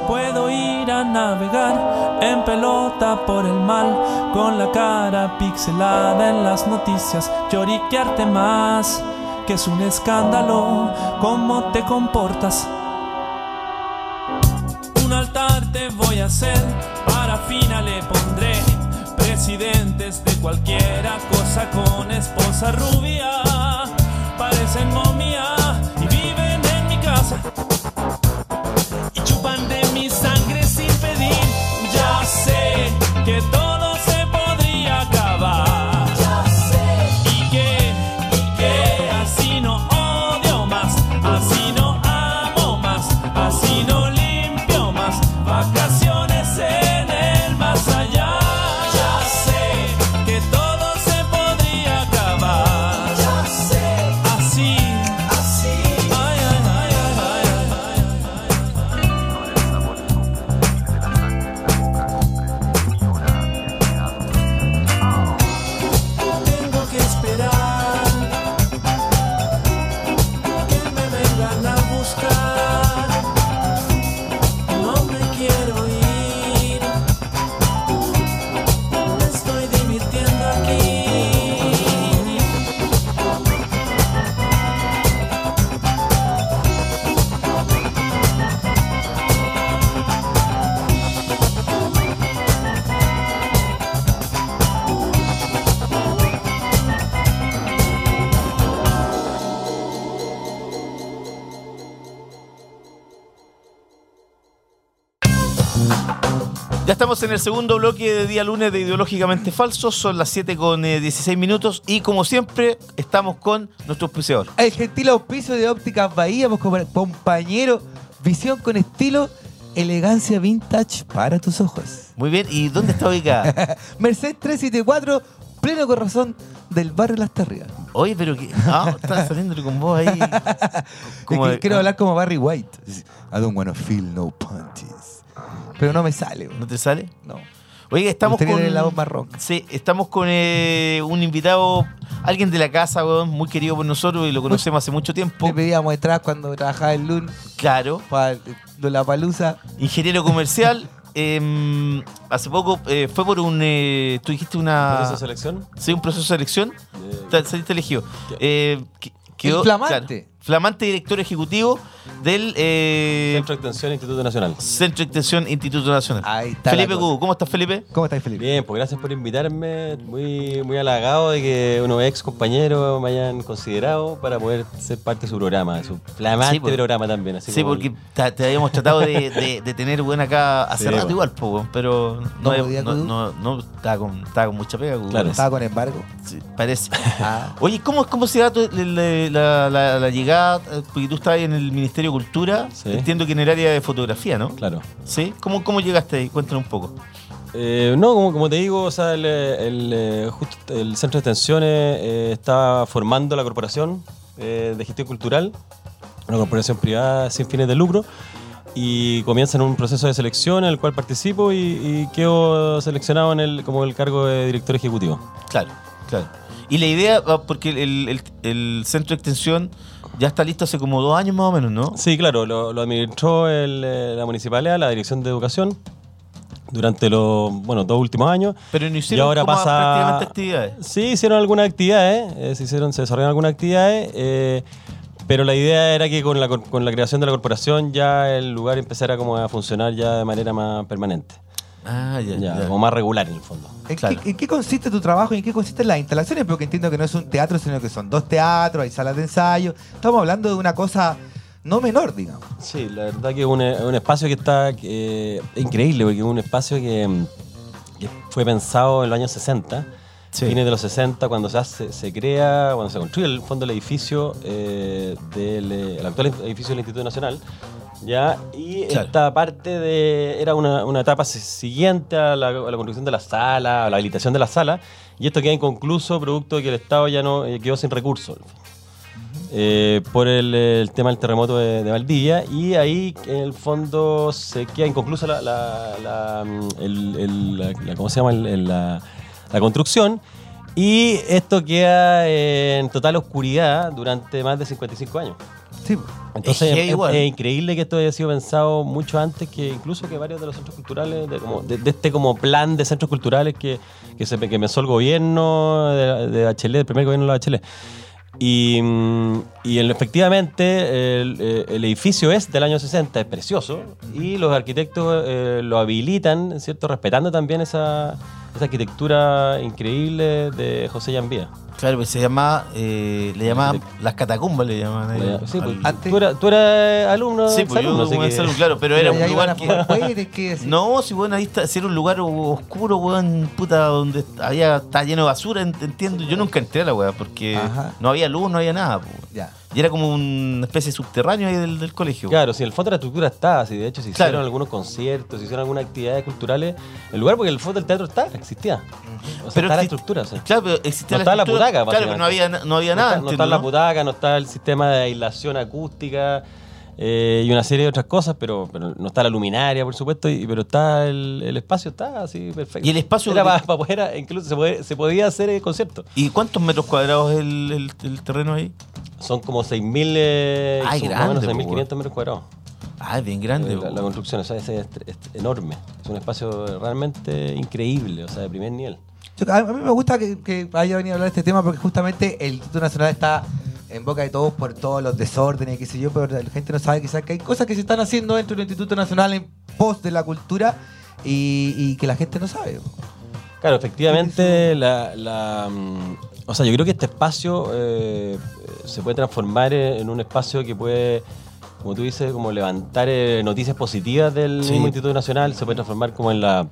Puedo ir a navegar en pelota por el mal, con la cara pixelada en las noticias, lloriquearte más, que es un escándalo, cómo te comportas. Un altar te voy a hacer, para fina le pondré presidentes de cualquiera cosa con esposa rubia. Parecen momia y viven en mi casa y chupan de mi sangre sin pedir. Ya sé que todo se podría acabar. Y que, y que así no odio más, así no amo más, así no limpio más. Vacaciones en el más allá. Ya sé que todo se podría acabar. Así, así. Ay, ay, ay, ay, ay, ay, ay. Tengo que esperar que me vengan a buscar. No me quiero ir. Me estoy divirtiendo aquí. Ya estamos en el segundo bloque de día lunes de Ideológicamente Falsos. Son las 7 con eh, 16 minutos. Y como siempre, estamos con nuestro auspiciador. El gentil auspicio de Ópticas Bahía, pues, compa- compañero. Visión con estilo, elegancia vintage para tus ojos. Muy bien. ¿Y dónde está ubicada? Mercedes 374, pleno corazón del barrio Las Tarrias. Oye, pero que. Ah, estás saliendo con vos ahí. Es Como que de- ah. quiero hablar como Barry White. I don't wanna feel no punches. Pero no me sale. ¿No te sale? No. Oye, estamos gustaría con. tener la voz más ronca. Sí, estamos con eh, un invitado, alguien de la casa, weón, muy querido por nosotros y lo conocemos hace mucho tiempo. Le pedíamos detrás cuando trabajaba en LUN Claro, para la palusa. ingeniero comercial. em, hace poco eh, fue por un. eh, tú dijiste una. ¿Por esa selección? Sí, un proceso de selección. Eh, Tal- Saliste elegido. Eh, que- quedó- El flamante. flamante director ejecutivo del eh, Centro de Extensión Instituto Nacional. Centro de Extensión Instituto Nacional. Ahí está la Felipe cosa. Cubo, ¿cómo estás, Felipe? ¿Cómo estáis, Felipe? Bien, pues gracias por invitarme. Muy, muy halagado de que unos ex compañeros me hayan considerado para poder ser parte de su programa, de su flamante Sí, pues. programa también. Así Sí, como- porque ta- te habíamos tratado de, de- de tener buen acá hace Sí, rato bueno. igual, po, weón, pero no, ¿No no, podía, no, Cubo? no- no, estaba, con, estaba con mucha pega, Cubo, Claro. parece. Estaba con embargo. Sí, parece. Ah. Oye, ¿cómo, cómo se da tu- la, la- la- la llegada? Eh, Porque tú estabas en el Ministerio de Cultura, Sí. entiendo que en el área de fotografía, ¿no? Claro. ¿Sí? ¿Cómo, cómo llegaste ahí? Cuéntanos un poco. Eh, no, como, como te digo, o sea, el, eh, el, eh, justo el centro de extensiones eh, está formando la corporación eh, de gestión cultural, una corporación privada sin fines de lucro, y comienzan un proceso de selección en el cual participo y, y quedo seleccionado en el, como el cargo de director ejecutivo. Claro, claro. Y la idea, ah, porque el, el- el centro de extensión ya está listo hace como dos años más o menos, ¿no? Sí, claro, lo, lo administró el, eh, la municipalidad, la dirección de educación, durante los bueno, dos últimos años. Pero no Y hicieron ahora como pasa- prácticamente actividades. Sí, hicieron algunas actividades, eh, se, hicieron, se desarrollaron algunas actividades, eh, pero la idea era que con la, cor- con la creación de la corporación ya el lugar empezara como a funcionar ya de manera más permanente, Ah, ya, ya, ya. como más regular en el fondo. ¿En, Claro. qué, en qué consiste tu trabajo y en qué consisten las instalaciones? Porque entiendo que no es un teatro, sino que son dos teatros, hay salas de ensayo. Estamos hablando de una cosa no menor, digamos. Sí, la verdad que es un, es un espacio que está eh, es increíble, porque es un espacio que, mm, que fue pensado en los años 60, Sí. fines de los 60, cuando se, hace- se crea, cuando se construye el fondo del edificio, eh, del eh, el actual edificio del Instituto Nacional. Ya, y Claro. esta parte de, era una, una etapa si- siguiente a la, a la construcción de la sala, a la habilitación de la sala, y esto queda inconcluso producto de que el Estado ya no eh, quedó sin recursos eh, por el, el tema del terremoto de, de Valdivia y ahí en el fondo se queda inconclusa la, la- la, mm, el- el- la- la- ¿cómo se llama? El- el- la, la construcción y esto queda eh, en total oscuridad durante más de 55 años. Sí. pues. Entonces Es es, que igual. es increíble que esto haya sido pensado mucho antes que incluso que varios de los centros culturales, de, como- de- de este como plan de centros culturales que, que, se, que pensó el gobierno de, de Bachelet, el primer gobierno de la Bachelet. Y, mm, y el- efectivamente el, eh, el edificio es del año 60, es precioso, y los arquitectos eh, lo habilitan, ¿cierto? Respetando también esa, esa arquitectura increíble de José Lambía. Claro, pues se llamaba, eh, le llamaban las catacumbas, le llamaban. ahí al- Sí, pues, al- antes- tú eras tú eras alumno Sí, del pues yo Salud, así como que- en salud, claro, pero era Y un ahí van lugar a que... pues. fumar fuera, ¿qué decir? No, si bueno, ahí está, si era un lugar o- oscuro, weón, puta, donde había, estaba lleno de basura, ent- entiendo. Yo nunca entré a la weá, porque Ajá. no había luz, no había nada, po, weón. Ya. Y era como una especie de subterráneo ahí del, del colegio. Claro, si en el fondo la estructura está, si de hecho se Claro. hicieron algunos conciertos, se hicieron algunas actividades culturales, el lugar porque el fondo del teatro está, existía. O sea, Pero está la exist- estructura, o sea. Claro, pero existía No estaba la estructura- butaca, Claro, pero no había, na- no había nada. No está, no entiendo, está la ¿no? butaca, no está el sistema de aislación acústica eh, y una serie de otras cosas, pero, pero no está la luminaria, por supuesto, y, pero está el, el espacio, está así, perfecto. Y el espacio Era que- para, para poder, a- incluso se, puede- se podía hacer el concierto. ¿Y cuántos metros cuadrados es el, el- el terreno ahí? Son como 6.000, eh, Ay, son más o menos Ah, grande, po, 6.500 metros cuadrados. Ah, es bien grande. Eh, La, la weón. construcción, o sea, es, es- es enorme. Es un espacio realmente increíble, o sea, de primer nivel. Yo- a a mí me gusta que, que haya venido a hablar de este tema porque justamente el Instituto Nacional está en boca de todos por todos los desórdenes, qué sé yo, pero la gente no sabe quizás que hay cosas que se están haciendo dentro del Instituto Nacional en pos de la cultura y, y que la gente no sabe. Claro, efectivamente, la, la, mm, o sea, yo creo que este espacio eh, se puede transformar en en un espacio que puede, como tú dices, como levantar eh, noticias positivas del Sí. mismo Instituto Nacional, se puede transformar como en la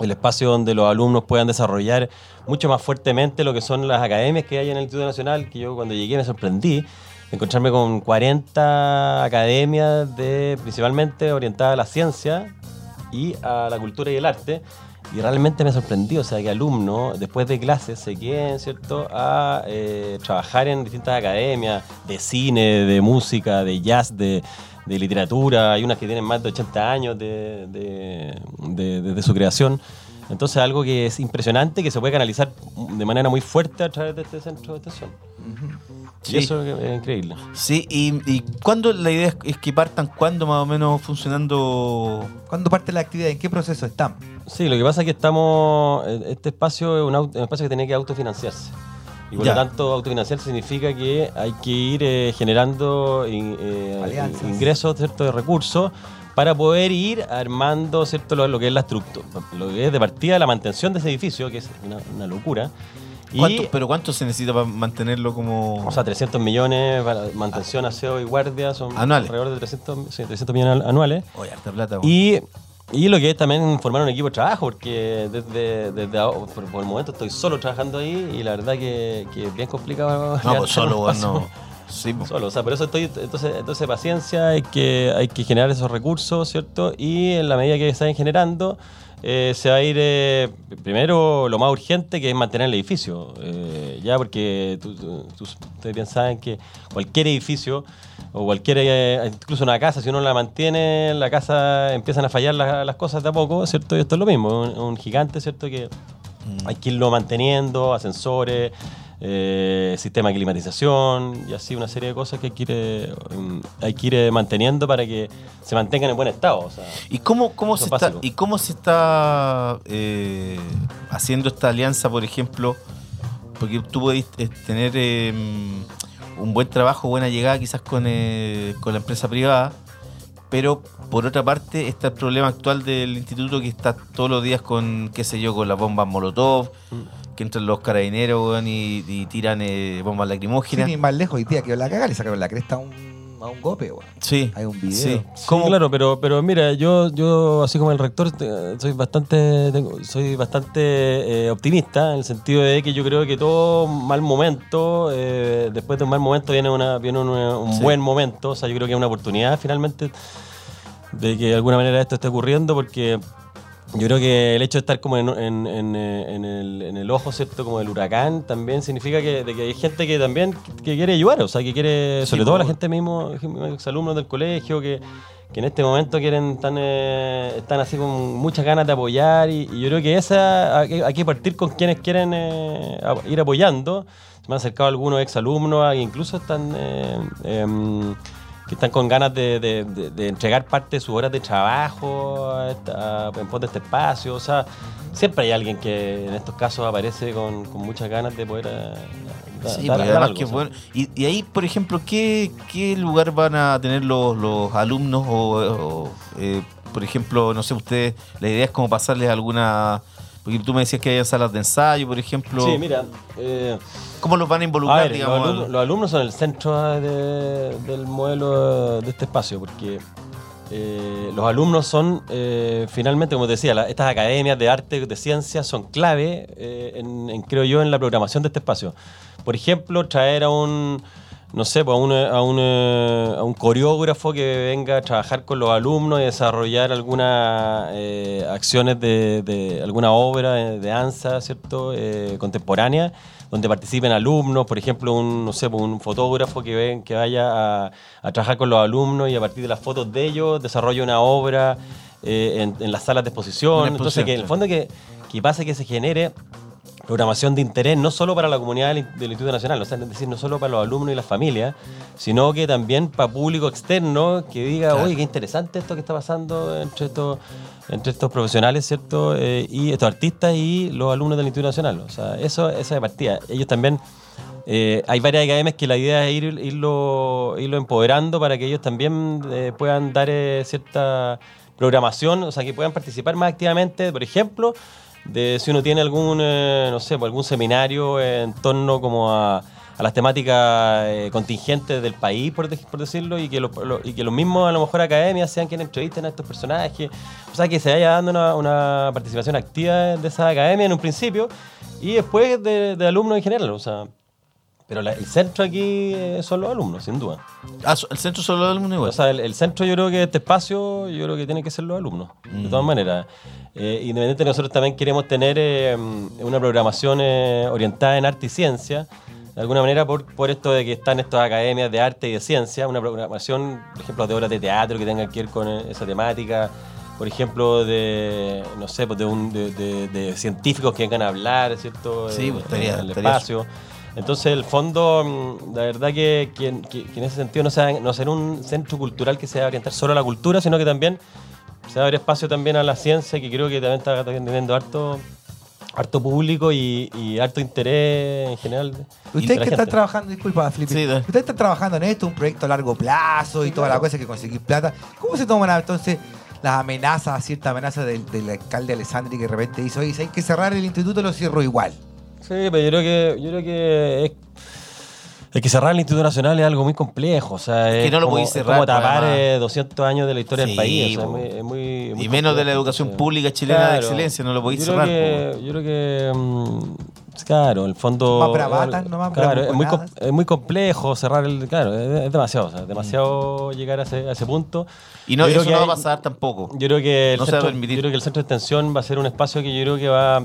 el espacio donde los alumnos puedan desarrollar mucho más fuertemente lo que son las academias que hay en el Instituto Nacional, que yo cuando llegué me sorprendí de encontrarme con 40 academias de, principalmente orientadas a la ciencia y a la cultura y el arte. Y realmente me sorprendió, o sea, que alumnos, después de clases, se queden, ¿cierto?, a eh, trabajar en distintas academias de cine, de música, de jazz, de, de literatura. Hay unas que tienen más de 80 años de- de- de- desde su creación. Entonces algo que es impresionante, que se puede canalizar de manera muy fuerte a través de este centro de atención. Sí. Y eso es increíble. Sí, y, y cuándo la idea es, es que partan, cuándo más o menos funcionando. ¿Cuándo parte la actividad? ¿En qué proceso están? Sí, lo que pasa es que estamos. eh, Este espacio es un, au- un espacio que tiene que autofinanciarse. Y por Ya. lo tanto, autofinanciarse significa que hay que ir eh, generando in- eh, Alianzas. in- ingresos, ¿cierto?, de recursos para poder ir armando, ¿cierto?, lo, lo que es la estructura, lo que es de partida la mantención de ese edificio, que es una, una locura. Y, ¿Cuánto- ¿Pero cuánto se necesita para mantenerlo como.? o sea, 300 millones para mantención, aseo y guardia son Ah. Anuales. alrededor de 300, sí, 300 millones al- anuales. Oye, harta plata. weón. Y, y lo que es también formar un equipo de trabajo, porque desde, desde ahora- por, por el momento estoy solo trabajando ahí y la verdad que, que es bien complicado. No, levantar pues solo, un weón, paso. no. Sí, pues. po. Solo, o sea, por eso estoy, entonces, entonces paciencia, hay que, hay que generar esos recursos, ¿cierto? Y en la medida que se vayan generando, eh, se va a ir, eh, primero, lo más urgente, que es mantener el edificio, eh, ya, porque tú- tú- tú- ustedes bien saben que cualquier edificio, o cualquier, eh, incluso una casa, si uno la mantiene, la casa empiezan a fallar las, las cosas de a poco, ¿cierto? Y esto es lo mismo, un, un gigante, ¿cierto? Que Mm. hay que irlo manteniendo, ascensores, eh, sistema de climatización y así una serie de cosas que hay que ir, eh, mm, hay que ir eh, manteniendo para que se mantengan en buen estado. o sea. ¿Y cómo, cómo Eso se es está, básico. ¿Y cómo se está eh, haciendo esta alianza, por ejemplo? Porque tú podés eh, tener eh, un buen trabajo, buena llegada quizás con, eh, con la empresa privada, pero por otra parte está el problema actual del instituto que está todos los días con, qué sé yo, con las bombas Molotov, Mm. que entran los carabineros weón, y, y tiran eh, bombas Sin lacrimógenas. ir más lejos, hoy día que la cagar le sacaron la cresta a un, a un gope, weón. Sí, Hay un video. sí. Sí, ¿Cómo- claro, pero, pero mira, yo, yo así como el rector te- soy bastante tengo- soy bastante eh, optimista en el sentido de que yo creo que todo mal momento, eh, después de un mal momento viene una viene un, un Sí. buen momento, o sea, yo creo que es una oportunidad finalmente de que de alguna manera esto esté ocurriendo porque yo creo que el hecho de estar como en, en- en, eh, en el, en el ojo, ¿cierto? Como del huracán, también significa que, de que hay gente que también que quiere ayudar, o sea, que quiere, sobre Sí, todo por- la gente este mismo, los alumnos del colegio, que, que en este momento quieren, están, eh, están así con muchas ganas de apoyar, y, y yo creo que esa hay, que- hay que partir con quienes quieren eh, a- ir apoyando. Se me han acercado algunos exalumnos, a- incluso están... eh, em, que están con ganas de, de- de- de entregar parte de sus horas de trabajo a esta- a- en pos de este espacio. O sea, siempre hay alguien que en estos casos aparece con, con muchas ganas de poder eh, da- Sí, dar- porque además dar algo, que o sea. bueno. y, y ahí, por ejemplo, ¿qué, qué lugar van a tener los, los alumnos? O, o, eh, por ejemplo, no sé, ustedes, la idea es como pasarles alguna... Porque tú me decías que hay salas de ensayo, por ejemplo. Sí, mira. eh, ¿Cómo los van a A involucrar, ver, digamos? los, al- alumnos, los alumnos son el centro de- del modelo de este espacio, porque eh, los alumnos son, eh, finalmente, como te decía, la- estas academias de arte, de ciencias, son clave, eh, en, en- creo yo, en la programación de este espacio. Por ejemplo, traer a un, no sé, pues, a, un, eh, a, un, eh, a un coreógrafo que venga a trabajar con los alumnos y desarrollar algunas eh, acciones de, de alguna obra eh, de danza, ¿cierto? Eh, contemporánea, donde participen alumnos, por ejemplo, un, no sé, pues, un fotógrafo que, ven, que vaya a, a trabajar con los alumnos y a partir de las fotos de ellos desarrolle una obra eh, en, en las salas de exposición. Una exposición, Entonces, que en el claro. fondo que, que pase que se genere programación de interés no solo para la comunidad del, del Instituto Nacional, o sea, es decir, no solo para los alumnos y las familias, sino que también para público externo que diga, oye, qué interesante esto que está pasando entre estos, entre estos profesionales, ¿cierto? Eh, y estos artistas y los alumnos del Instituto Nacional. O sea, eso, esa es partida. Ellos también eh, hay varias academias que la idea es ir, irlo, irlo empoderando para que ellos también eh, puedan dar eh, cierta programación, o sea, que puedan participar más activamente, por ejemplo, de si uno tiene algún, eh, no sé, pues, algún seminario eh, en torno como a, a las temáticas eh, contingentes del país, por, de- por decirlo, y que, los- lo- y que los mismos, a lo mejor, academias sean quienes entrevisten a estos personajes, o sea, que se vaya dando una, una participación activa de esa academia en un principio, y después de, de alumnos en general, o sea... Pero la- el centro aquí eh, son los alumnos, sin duda. Ah, so- el centro solo de alumnos igual. O sea, el, el centro yo creo que este espacio, yo creo que tienen que ser los alumnos, de todas maneras. Eh, independiente, nosotros también queremos tener eh, una programación eh, orientada en arte y ciencia, de alguna manera por, por esto de que están estas academias de arte y de ciencia, una programación, por ejemplo, de obras de teatro que tengan que ver con eh, esa temática, por ejemplo, de, no sé, pues de, un- de- de- de científicos que vengan a hablar, ¿cierto? Sí, Eh, pues, estaría- en el estaría- espacio. Entonces, el fondo, mm, la verdad que, que- que- que en ese sentido no sea, no ser un centro cultural que se va a orientar solo a la cultura, sino que también se abre espacio también a la ciencia, que creo que también está teniendo harto, harto público y, y harto interés en general. de- de Ustedes la que están gente. trabajando, disculpa, Felipe. Sí, dale. Ustedes están trabajando en esto, un proyecto a largo plazo y toda la cosa que conseguir plata. ¿Cómo se toman entonces las amenazas, cierta amenaza del, del alcalde Alessandri que de repente hizo, oye, si hay que cerrar el instituto, lo cierro igual? Sí, pero yo creo que, yo creo que es- el que cerrar el Instituto Nacional es algo muy complejo. O sea, es, que no lo como, podéis es cerrar, como pues, tapar además. eh, 200 años de la historia Sí, del país. o sea, po. es muy- es muy- muy Y menos de la complejo, educación o sea. pública chilena de excelencia, no lo podéis yo creo cerrar, que- yo creo que. mm, Claro, en el fondo. Más bravatas, es algo- no más claro, es, muy, bravuconadas. com- es muy complejo cerrar el. Claro, es, es demasiado. o sea, demasiado llegar a ese, a ese punto. Mm. Y no, Yo creo eso que no va a hay- pasar tampoco. yo creo que el No se va a centro, permitir. yo creo que el centro de extensión va a ser un espacio que yo creo que va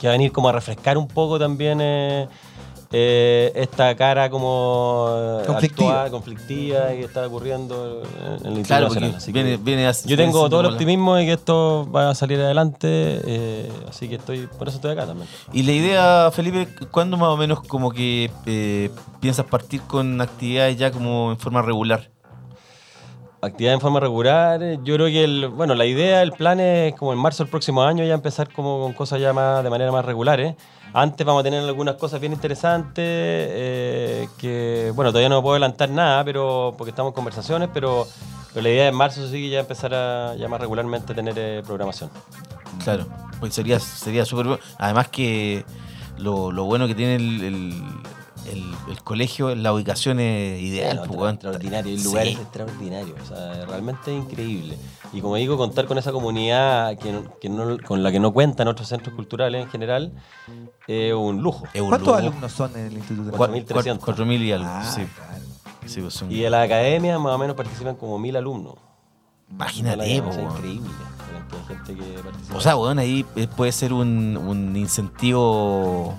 que va a venir como a refrescar un poco también eh, eh, esta cara como eh, Conflictiva. actual, conflictiva y que está ocurriendo en el Claro, Instituto porque Nacional. Así que viene, viene así- yo tengo siendo todo el como la- optimismo de que esto va a salir adelante, eh, así que estoy por eso estoy acá también. Y la idea, Felipe, ¿cuándo más o menos como que eh, piensas partir con actividades ya como en forma regular? Actividad en forma regular. eh, Yo creo que el, bueno, la idea, el plan es como en marzo del próximo año ya empezar como con cosas ya más de manera más regular. ¿eh? Antes vamos a tener algunas cosas bien interesantes eh, que bueno todavía no puedo adelantar nada, pero porque estamos en conversaciones, pero, pero la idea es en marzo sí que ya empezar a ya más regularmente tener eh, programación. Claro, pues sería sería súper bueno. Además que lo, lo bueno que tiene el, el, el- el colegio, la ubicación es ideal. Bueno, pues, tra- weón. extraordinario, el Sí. lugar es extraordinario, o sea, realmente increíble. Y como digo, contar con esa comunidad que, no- que no- con la que no cuentan otros centros culturales en general es un lujo. Es un ¿Cuántos lujo. alumnos son en el instituto? Cua- Cuatro mil trescientos. cuatro- cuatro mil y algo. Ah, sí. claro. Sí, pues son- Y de la academia más o menos participan como mil alumnos. Imagínate, Es pues, weón. increíble. la cantidad de gente que participa. O sea, weón, ahí eh, puede ser un, un incentivo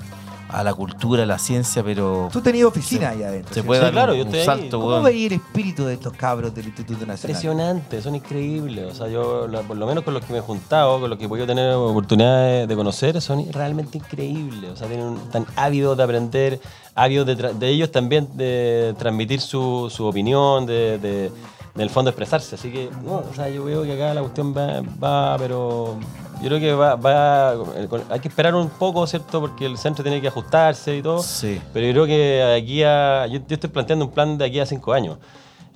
a la cultura, a la ciencia, pero Tú tenías oficina ahí adentro. se ¿sí? puede sí, dar claro, un, yo un estoy ahí. salto, ¿Cómo weón. veía el espíritu de estos cabros del Instituto Nacional? Impresionante, son increíbles. O sea, yo, la- por lo menos con los que me he juntado, con los que he podido tener oportunidad de, de conocer, son realmente increíbles. O sea, tienen un- tan ávidos de aprender, ávidos de, tra- de ellos también de transmitir su, su opinión, de, de, en el fondo expresarse. Así que, no, o sea, yo veo que acá la cuestión va, va, pero yo creo que va, va, eh, hay que esperar un poco, ¿cierto? Porque el centro tiene que ajustarse y todo. Sí. Pero yo creo que de aquí a. Yo, yo estoy planteando un plan de aquí a cinco años.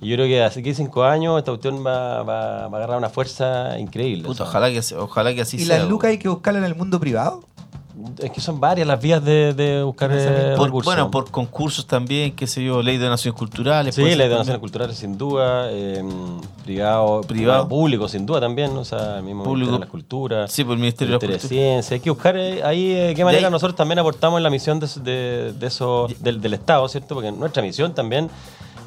Y yo creo que así que cinco años esta cuestión va, va- va a agarrar una fuerza increíble. Puta, o sea. ojalá que, se- ojalá que así ¿Y sea. las lucas weón. hay que buscarlas en el mundo privado? Es que son varias las vías de, de buscar eh, Por- recursos. bueno, por concursos también, qué sé yo, ley de donaciones culturales. Sí, puede ser las también. donaciones culturales sin duda, eh, Privado. privado, privado, público sin duda también, o sea, el mismo Público. Ministerio de las Culturas, Sí, por el Ministerio de la Ministerio Cultura. Ciencia, hay que buscar eh, ahí eh, qué De manera ahí- nosotros también aportamos en la misión de, eso- de- de eso, del, del Estado, ¿cierto? Porque nuestra misión también,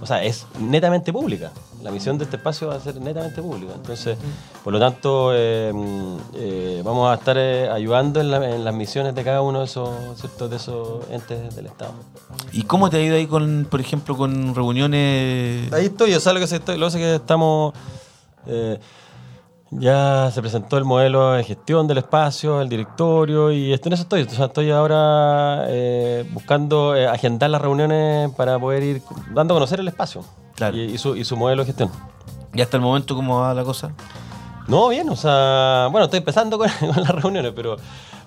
o sea, es netamente pública, la misión de este espacio va a ser netamente pública, entonces, por lo tanto, eh, mm, eh, vamos a estar eh, ayudando en, la- en las misiones de cada uno de esos, ¿cierto? de esos entes del Estado. ¿Y cómo te ha ido ahí con, por ejemplo, con reuniones? Ahí estoy, o sea, lo que, se estoy, lo que sé que estamos... eh, ya se presentó el modelo de gestión del espacio, el directorio, y esto- en eso estoy. O sea, estoy ahora eh, buscando eh, agendar las reuniones para poder ir dando a conocer el espacio Claro. y, y su, y su modelo de gestión. ¿Y hasta el momento cómo va la cosa? No, bien, o sea, bueno, estoy empezando con, con las reuniones, pero,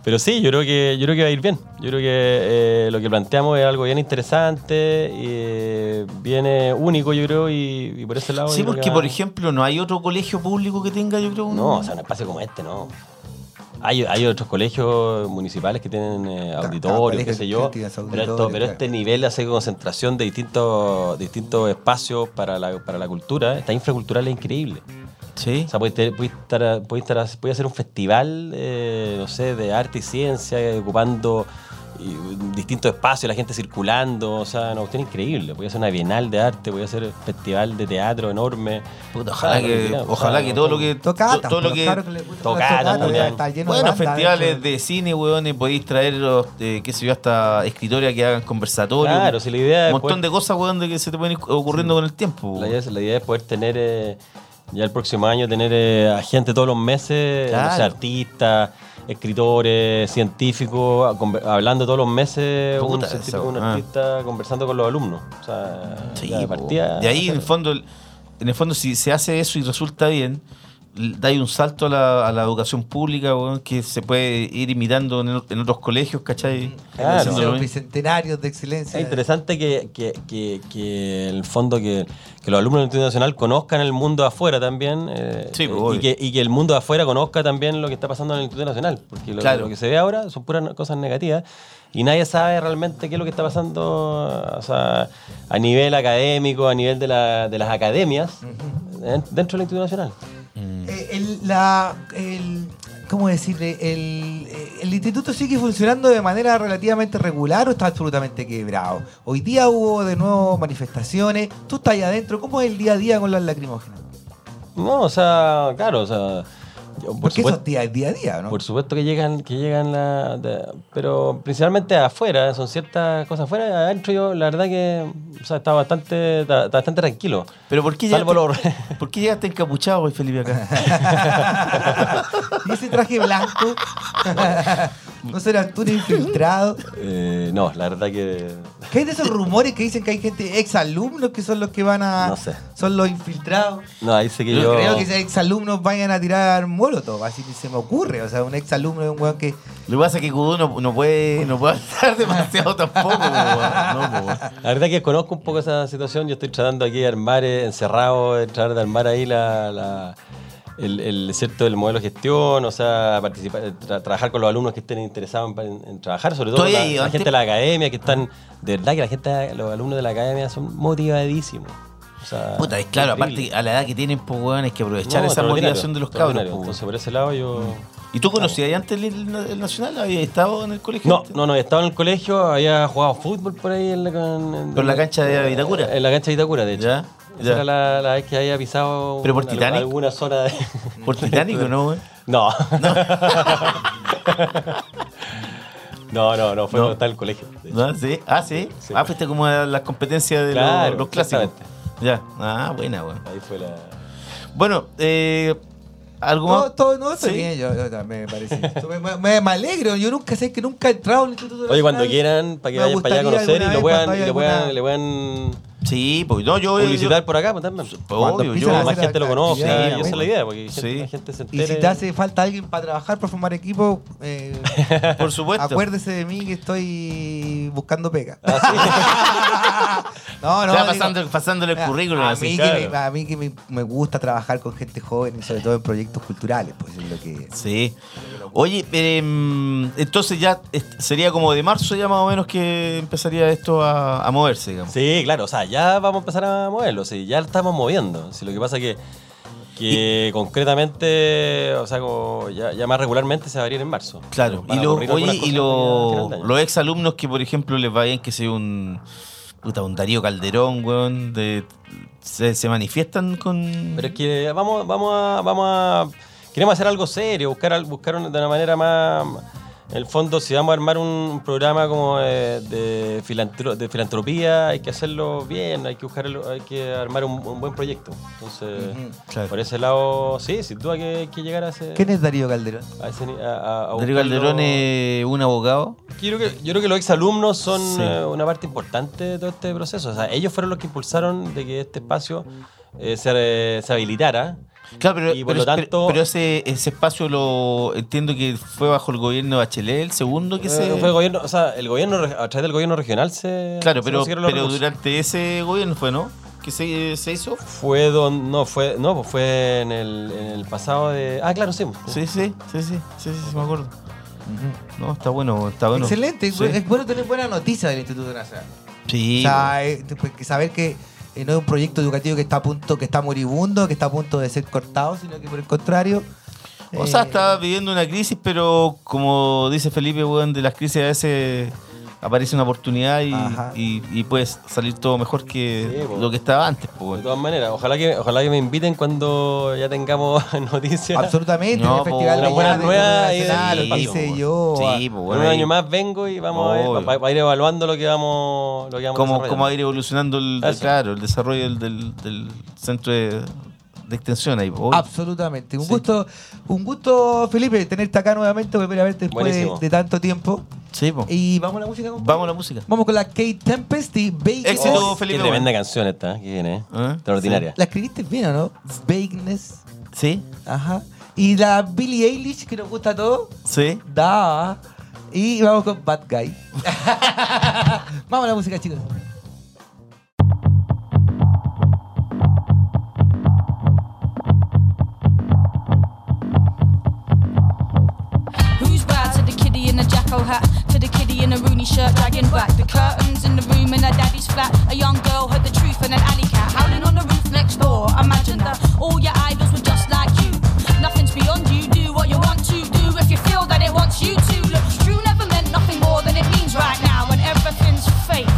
pero sí, yo creo que yo creo que va a ir bien. Yo creo que eh, lo que planteamos es algo bien interesante, y, eh, bien eh, único, yo creo, y, y por ese lado. Sí, Ah, yo creo que porque va- por ejemplo no hay otro colegio público que tenga, yo creo. un- No, o sea, un espacio como este, no. Hay, hay otros colegios municipales que tienen eh, cada auditorios, colegio qué sé yo, tiene su pero, auditorio, esto- pero claro. este nivel así de concentración de distintos, distintos espacios para la, para la cultura, esta infracultural es increíble. Sí. O sea, puedes, tener- puedes estar, a- puedes estar a- puedes hacer un festival, eh, no sé, de arte y ciencia, eh, ocupando y, mm, distintos espacios, la gente circulando, o sea, una cuestión increíble. Voy a hacer una bienal de arte, voy a hacer un festival de teatro enorme. Puta, ojalá que, ojalá que todo lo que. Tocatas, pues, todo lo los que. cabros que les gustan las Tocatas, tocatas, Julián. está lleno de Bueno, bandas festivales dentro. de cine, weón, y podéis traer, los, eh, qué sé yo, hasta escritores que hagan conversatorios. Claro, si la idea es Un montón poder- de cosas, weón, de que se te pueden ir ocurriendo con el tiempo. La weón. idea, es, la idea es poder tener eh, Ya el próximo año tener eh, a gente todos los meses, Claro. o sea, artistas, escritores, científicos, a- conver- hablando todos los meses, un Puta, científico, eso, un ah. artista conversando con los alumnos. O sea, Sí, ya de po. partida- De ahí, en el fondo, en el fondo, si se hace eso y resulta bien, l- dais un salto a la, a la educación pública, weón, que se puede ir imitando en, el- en otros colegios, ¿cachai? Claro. Haciendo lo eh, Los mismo. bicentenarios de excelencia. Es interesante que, que, que- que en el fondo que, que los alumnos del Instituto Nacional conozcan el mundo de afuera también eh, Sí, eh, pues, obvio. y, que, y que el mundo de afuera conozca también lo que está pasando en el Instituto Nacional. Porque lo, Claro. lo que se ve ahora son puras cosas negativas y nadie sabe realmente qué es lo que está pasando o sea, a nivel académico, a nivel de, la- de las academias en- dentro del Instituto Nacional. Eh, el, la, el- ¿Cómo decirle? El, eh, el instituto sigue funcionando de manera relativamente regular o está absolutamente quebrado. Hoy día hubo de nuevo manifestaciones. Tú estás ahí adentro. ¿Cómo es el día a día con las lacrimógenas? No, o sea, claro, o sea... yo, por Porque supuesto- eso es día, día a día, ¿no? Por supuesto que llegan, que llegan la, de- pero principalmente afuera, ¿eh? son ciertas cosas afuera. Adentro yo, la verdad que o sea, está bastante, está- está bastante tranquilo. Pero ¿por qué, Salvo llegaste, ¿por qué llegaste encapuchado hoy, Felipe, acá? y ese traje blanco. no serás tú un infiltrado. Eh, no, la verdad que ¿Qué hay de esos rumores que dicen que hay gente exalumnos que son los que van a. No sé. Son los infiltrados. no, ahí sé que Yo yo. creo que esos exalumnos vayan a tirar molotov, así que se me ocurre. O sea, un exalumno es un weón que. Lo que pasa es que Cudú no, no puede, no puede hablar demasiado tampoco, po, weón. No, po, weón. La verdad que conozco un poco esa situación. Yo estoy tratando aquí de armar, eh, encerrado, de tratar de armar ahí la, la- el, el- cierto, el modelo de gestión, o sea, participar, eh, tra- trabajar con los alumnos que estén interesados en, en- en trabajar, sobre todo Estoy la, ahí, la antes- gente de la academia, que están, de verdad que la gente, los alumnos de la academia son motivadísimos. O sea, Ah, Puta, es claro, aparte increíble. que a la edad que tienen, pues, weón, hay que aprovechar No, esa extraordinario, motivación de los cabros. extraordinario. po, weón. Entonces, por ese lado yo... ¿Y tú conocías antes el, el Nacional? ¿Habías estado en el colegio? No, antes? no, no, estaba en el colegio, había jugado fútbol por ahí en la, con- en- ¿Con la cancha de Vitacura? En la cancha de Vitacura, de hecho. Ya, Esa ya. era la, la vez que había pisado ¿Pero por una- Titanic? alguna zona de. ¿Por Titanic o no, weón? No. No, no, no, fue No. cuando estaba en el colegio. de hecho. Ah, sí. Ah, sí. Sí. Ah, fuiste como a las competencias de Claro, los, los clásicos. exactamente. Ya. Ah, buena, weón. Ahí fue la. Bueno, eh, algo No, más. todo, no, estoy Sí. bien, yo, yo también me parece. Yo me, me- me alegro, yo nunca sé que nunca he entrado al Instituto Oye, cuando Nacional. quieran, para que Me vayan para allá a gustaría conocer alguna y lo vez puedan, cuando y haya le puedan, alguna- le puedan Sí, pues no, yo. publicitar yo- por acá pues, también. Cuando obvio, empiezan yo- a más hacer gente lo actividades, conoce, y bueno. esa es la idea, porque Sí. gente- la gente se Y entera. si te hace falta alguien para trabajar, para formar equipo, eh, por supuesto. acuérdese de mí que estoy buscando pega. Ah, no, no. Está digo, pasando, pasándole el mira, currículum. A así, mí, que, claro. me, a mí que me, me gusta trabajar con gente joven y sobre todo en proyectos culturales, pues es lo que. Sí. Oye, eh, entonces ya est- sería como de marzo ya más o menos que empezaría esto a, a moverse, digamos. Sí, claro, o sea, ya vamos a empezar a moverlo, sí, ya lo estamos moviendo. Sí, lo que pasa que, que concretamente, o sea, como ya, ya más regularmente se va a abrir en marzo. Claro, Van y, a los, ocurrir algunas oye, y cosas lo- a final de año. los ex alumnos que, por ejemplo, les va bien que sea un. Puta, un Darío Calderón, weón. De, se, se manifiestan con. Pero es que vamos, vamos a, vamos a- Queremos hacer algo serio, buscar, al- buscar un- de una manera más. En el fondo, si vamos a armar un programa como de, de filantro- de filantropía, hay que hacerlo bien, hay que buscar, el- hay que armar un, un buen proyecto. Entonces, Claro. por ese lado, sí, sin duda que hay que llegar a ese. ¿Quién es Darío Calderón? a ese ni- a- a- a Darío buscarlo. Calderón es un abogado. Yo creo que, yo creo que los exalumnos son Sí. eh, una parte importante de todo este proceso. O sea, ellos fueron los que impulsaron de que este espacio eh, se, eh, se habilitara. Claro, pero, Y por pero- lo tanto- pero ese, ese espacio lo entiendo que fue bajo el gobierno de Bachelet, el segundo que se. Eh, fue el gobierno, o sea, el gobierno, re- a través del gobierno regional se. claro, se pero, consiguieron los pero recursos. durante ese gobierno fue, ¿no? Que se, se hizo. Fue don, no, fue, no, pues fue en el, en el pasado de. Ah, claro, sí. Sí, sí, sí, sí, sí, sí, sí, me acuerdo. No, está bueno, está bueno. Excelente, Sí. es bueno tener buena noticia del Instituto Nacional. Sí, O sea, eh, pues, que saber que eh, no es un proyecto educativo que está a punto, que está moribundo, que está a punto de ser cortado, sino que por el contrario. O sea, eh, estaba viviendo una crisis, pero como dice Felipe, weón, de las crisis a veces aparece una oportunidad y, Ajá. y, y puedes salir todo mejor que Sí, po. lo que estaba antes. po, De weón. todas maneras, ojalá que, ojalá que me inviten cuando ya tengamos noticias. Absolutamente, No, en el po, Festival una de buena Jazz del nueva Instituto Nacional, idea. lo que Sí, hice po, yo. ah, Sí, po, En weón, un ahí año más vengo y vamos a, Obvio. ver, va- va a ir evaluando lo que vamos, lo que vamos Cómo, desarrollando. cómo va a ir evolucionando el, Eso. claro, el desarrollo del, del- del centro de, de extensión ahí. pues, po. Absolutamente. Un Sí. gusto, un gusto, Felipe, tenerte acá nuevamente, volver a verte después de, Buenísimo. de tanto tiempo. Sí, pues. po. Y vamos a la música. compadre? Vamos a la música. Vamos con la Kate Tempest y Vagueness. Éxito, Oh, Qué Felipe. tremenda canción esta, ¿eh? que viene, ¿eh? Ah, Extraordinaria. La escribiste bien, ¿o no? Vagueness. Sí, Ajá. Y la Billie Eilish, que nos gusta a todos. sí. Da. Y vamos con Bad Guy. vamos a la música, chicos. Who's bad to the kiddie in a jackal hat? To the kiddie in a Rooney shirt, dragging back the curtains in the room in her daddy's flat. A young girl heard the truth in an alley cat howling on the roof next door. Imagine that all your idols were just like you. Nothing's beyond you. Do what you want to do if you feel that it wants you to. Look, true never meant nothing more than it means right now, and everything's fake.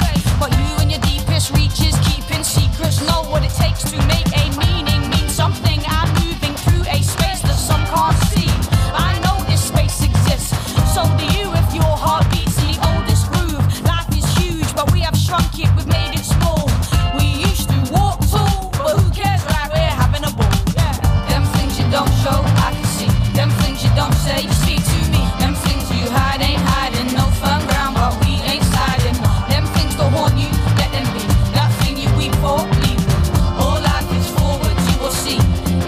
But you and your deepest reaches, keeping secrets, know what it takes to make a meaning mean something. I'm moving through a space that some can't see. I know this space exists. So do you if your heart beats in the oldest groove. Life is huge, but we have shrunk it, we've made it small. We used to walk tall, but who cares, right? We're having a ball. Yeah. Them things you don't show, I can see. Them things you don't say, you speak to me. Them things you hide ain't hiding. No firm ground, but we ain't sliding. Them things that haunt you, let them be. That thing you weep for, leave it. All life is forward, you will see.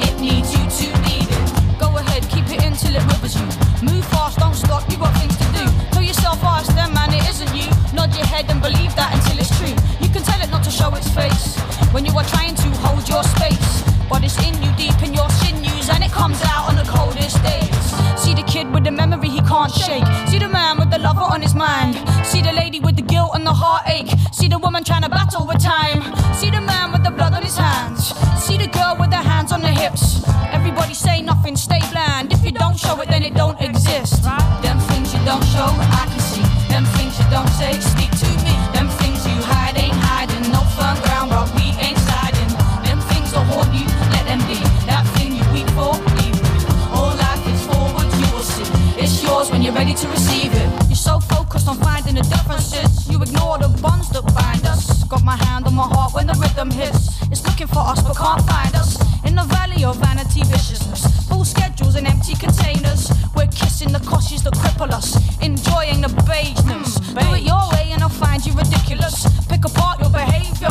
It needs you to lead it. Go ahead, keep it in till it rivers you. Move fast, don't stop, you got things to do. Tell yourself, oh, it's them, man, it isn't you. Nod your head and believe that until it's true. You can tell it not to show its face when you are trying to hold your space. But it's in you, deep in your sinews, and it comes out on the coldest days. See the kid with the memory he can't shake. See the man with the lover on his mind. See the lady with the guilt and the heartache. See the woman trying to battle with time. See the man with the blood on his hands. See the girl with her hands on the hips. Everybody say nothing, stay blind. If you don't show it, then it don't exist. Them things you don't show, I can see. Them things you don't say, speak to me. Them things you hide ain't hiding. No firm ground, but we ain't sliding. Them things that haunt you, let them be. That thing you weep for, leave it. All life is forward, you will see. It's yours when you're ready to receive it. You're so focused on finding the differences, you ignore the bonds that bind us. Got my hand on my heart when the rhythm hits. It's looking for us but can't find us. In the valley of vanity viciousness, full schedules and empty containers. We're kissing the coshes that cripple us, enjoying the beigeness. Do it your way and I'll find you ridiculous. Pick apart your behavior.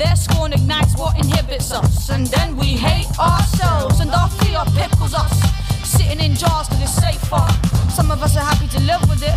Their scorn ignites what inhibits us, and then we hate ourselves, and our fear pickles us. Sitting in jars because it's safer. Some of us are happy to live with it,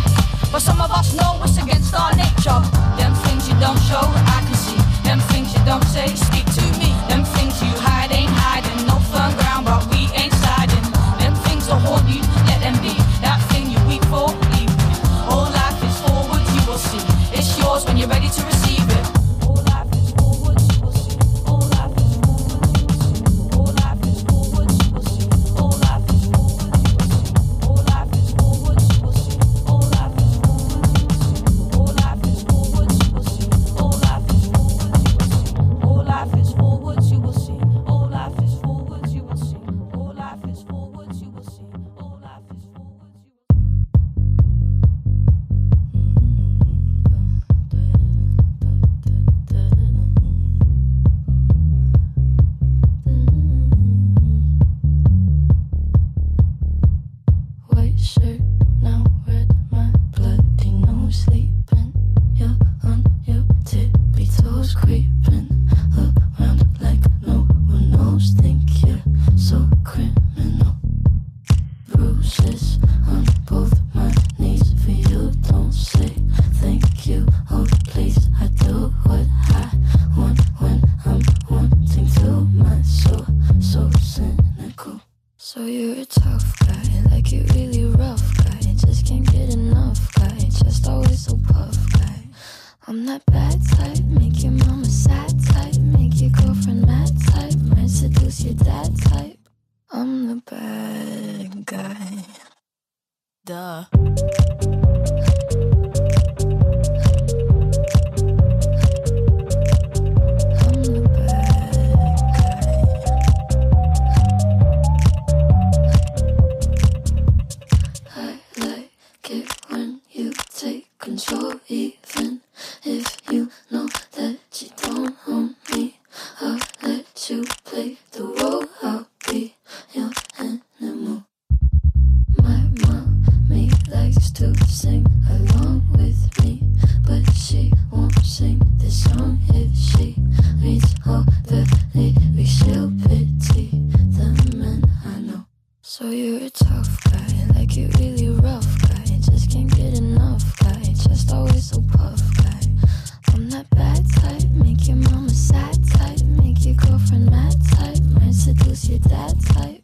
but some of us know it's against our nature. Them things you don't show, I can see. Them things you don't say, speak to me. Them things you hide ain't hiding. No firm ground, but we ain't sliding. Them things that haunt you, let them be. That thing you weep for, leave it. All life is forward, you will see. It's yours when you're ready to receive it. All life is forward, you will see. All life is forward, you will see. All life is forward, you will see. All life is forward, you will see. All life is forward, you will see. All life is forward, you will see. All life is forward, you will see. All life is forward, you will see. All life is forward, you will see. All life is forward, you will see. All life is forward, you will see. All life is forward, you will see. White shirt now red, my bloody nose sleeping. You're on your tippy toes creeping around like no one knows. Think you're so criminal. Bruises on both my knees for you. Don't say thank you. Oh please, I do what I want when I'm wanting to. My soul so cynical. So you're a tough guy, like you really rough guy. Just can't get enough guy, just always so puff guy. I'm that bad type, make your mama sad type, make your girlfriend mad type, might seduce your dad type. I'm the bad guy. Duh. I'm the bad guy. I like it when you take control, even if you know that you don't own me. I'll let you play the role was your dad type.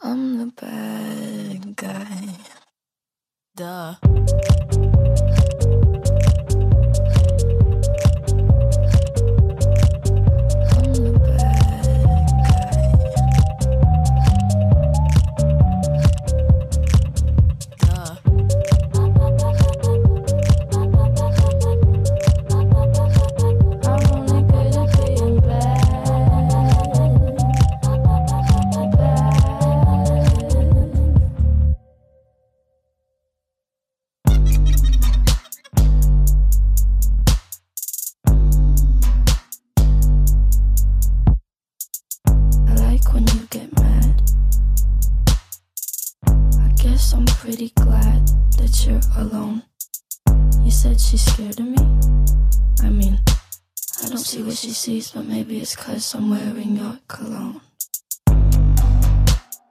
I'm the bad guy. Duh. I'm the bad guy. Duh. I'm only good at being bad. Bad. I like when you get mad. I guess I'm pretty glad that you're alone. You said she's scared of me? I mean, I don't see what she sees, but maybe it's cause I'm wearing your cologne. I'm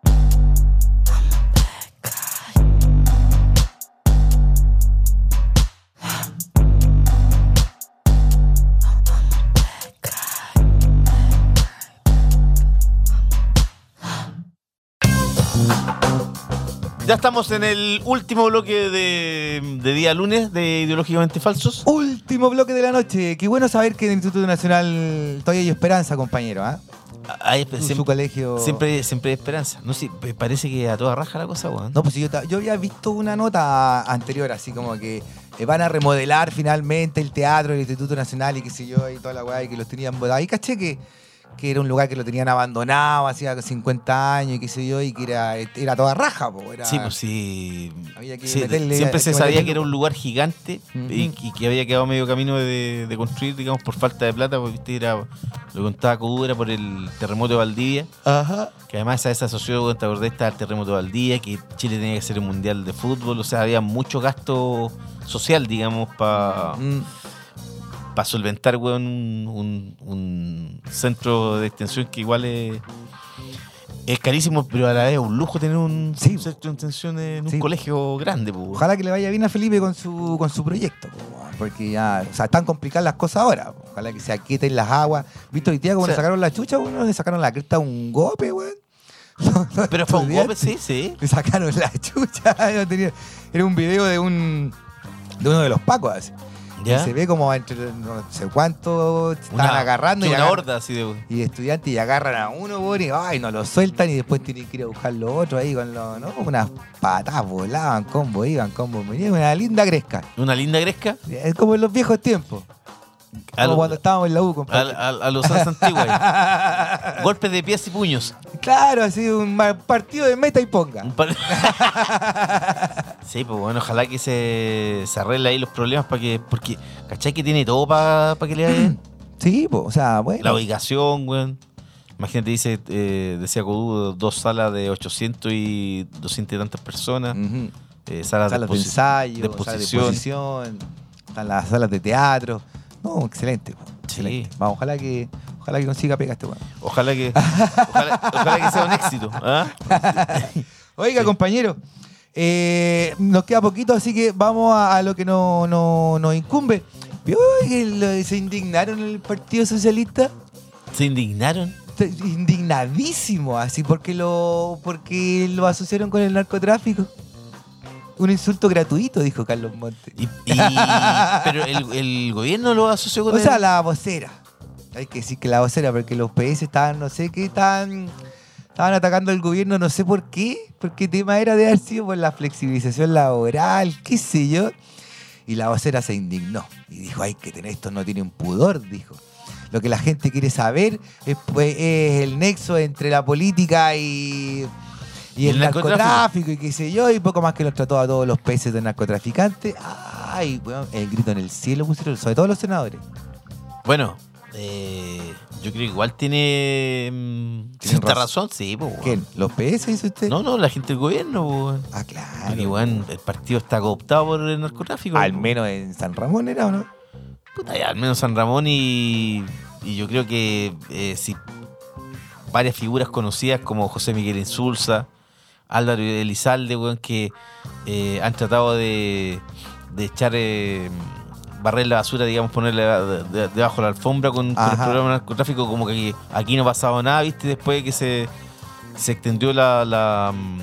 a bad guy. I'm a bad guy. Ya estamos en el último bloque de, de día lunes de Ideológicamente Falsos. Último bloque de la noche. Qué bueno saber que en el Instituto Nacional todavía hay esperanza, compañero. ¿ah? Ahí Su- su siempre, colegio. siempre, siempre hay esperanza. No sé, pe- parece que a toda raja la cosa, weón. No, pues yo, ta- yo había visto una nota anterior, así como que eh, van a remodelar finalmente el teatro del Instituto Nacional y qué sé yo, y toda la weá, y que los tenían botados. Ahí caché que, que era un lugar que lo tenían abandonado, hacía 50 años y qué sé yo, y que era, era toda raja, po, era- Sí, pues sí. Había que Sí, meterle- siempre hay se que sabía meterle- que era un lugar gigante Ujú. y, y que había quedado medio camino de, de construir, digamos, por falta de plata, porque viste, era, lo contaba Cobu, era por el terremoto de Valdivia, Ajá. que además a esa sociedad, te acordás, estaba el terremoto de Valdivia, que Chile tenía que ser el mundial de fútbol, o sea, había mucho gasto social, digamos, para Mm. para solventar, weón, un, un- un centro de extensión que igual es, es carísimo, pero a la vez es un lujo tener un Sí. centro de extensión en un Sí. colegio grande, po, weón. Ojalá que le vaya bien a Felipe con su, con su proyecto, po, weón, porque ya, o sea, están complicadas las cosas ahora. po. Ojalá que se aquieten las aguas. ¿Viste hoy día cómo O sea- le sacaron la chucha? Bueno, le sacaron la cresta a un gope, weón. No, no Pero fue un estudiaste. golpe, sí, sí. Le sacaron la chucha. Yo tenía- era un video de un de uno de los pacos así. Y ¿Ya? se ve como entre no sé cuántos están Una- agarrando y, una agarran- horda así de. y estudiantes y agarran a uno, weón, y ay, no lo sueltan y después tienen que ir a buscar los otros ahí con los, ¿no? Unas patadas volaban, combo, iban, combo, venían, una linda cresca. Una linda gresca. Es como en los viejos tiempos. A, Como lo- cuando estábamos en la U, a, compadre. a- a los Sans Antigua. Golpes de pies y puños. claro, así un ma- partido de meta y ponga. Un par- sí, pues bueno, ojalá que se, se arregle ahí los problemas para que. Porque, ¿cachai que tiene todo para que le hagan? Sí, pues, o sea, bueno. La ubicación, weón. Imagínate, dice, eh, decía Codú, dos salas de 800 y 200 y tantas personas. Ujú. Mm. eh, salas, salas de exposi- ensayo, de salas de exposición. exposición, están las salas de teatro. No, excelente. po, Sí. excelente. Vamos, ojalá que, ojalá que consiga pega este weón. Ojalá que, ojalá, ojalá que sea un éxito. ¿ah? Oiga, compañero, eh, nos queda poquito, así que vamos a, a lo que no- no- nos incumbe. ¿Vio que lo- se indignaron el Partido Socialista? Se indignaron. Está Indignadísimo, así, porque lo, porque lo asociaron con el narcotráfico. Un insulto gratuito, dijo Carlos Montes. Y- y- pero el, el gobierno lo asoció con O sea, el- la vocera. Hay que decir que la vocera, porque los PS estaban, no sé qué, estaban, estaban atacando al gobierno, no sé por qué, porque el tema era de haber sido por la flexibilización laboral, qué sé yo. Y la vocera se indignó y dijo, hay que tener esto, no tienen pudor, dijo. Lo que la gente quiere saber es, pues, es el nexo entre la política y, y el, narcotráfico. y qué sé yo, y poco más que los trató a todos los peces de narcotraficantes. Ay, weón, el grito en el cielo pusieron, sobre todo los senadores. Bueno, eh, yo creo que igual tiene mm, Tienen cierta razón. razón, sí, po, weón. ¿Quién? ¿Los PS dice usted? No, no, la gente del gobierno, po, weón. Ah, claro. Porque, weón, el partido está cooptado por el narcotráfico. Al po. menos en San Ramón era, ¿o no? Puta, ya, al menos San Ramón y, y yo creo que eh, si varias figuras conocidas como José Miguel Insulza, Álvaro Elizalde, weón, que eh, han tratado de, de echar, eh, barrer la basura, digamos, ponerle de- de- debajo de la alfombra con, con el Ajá. programa de narcotráfico, como que aquí no ha pasado nada, ¿viste? Después de que se se extendió la, la, mm,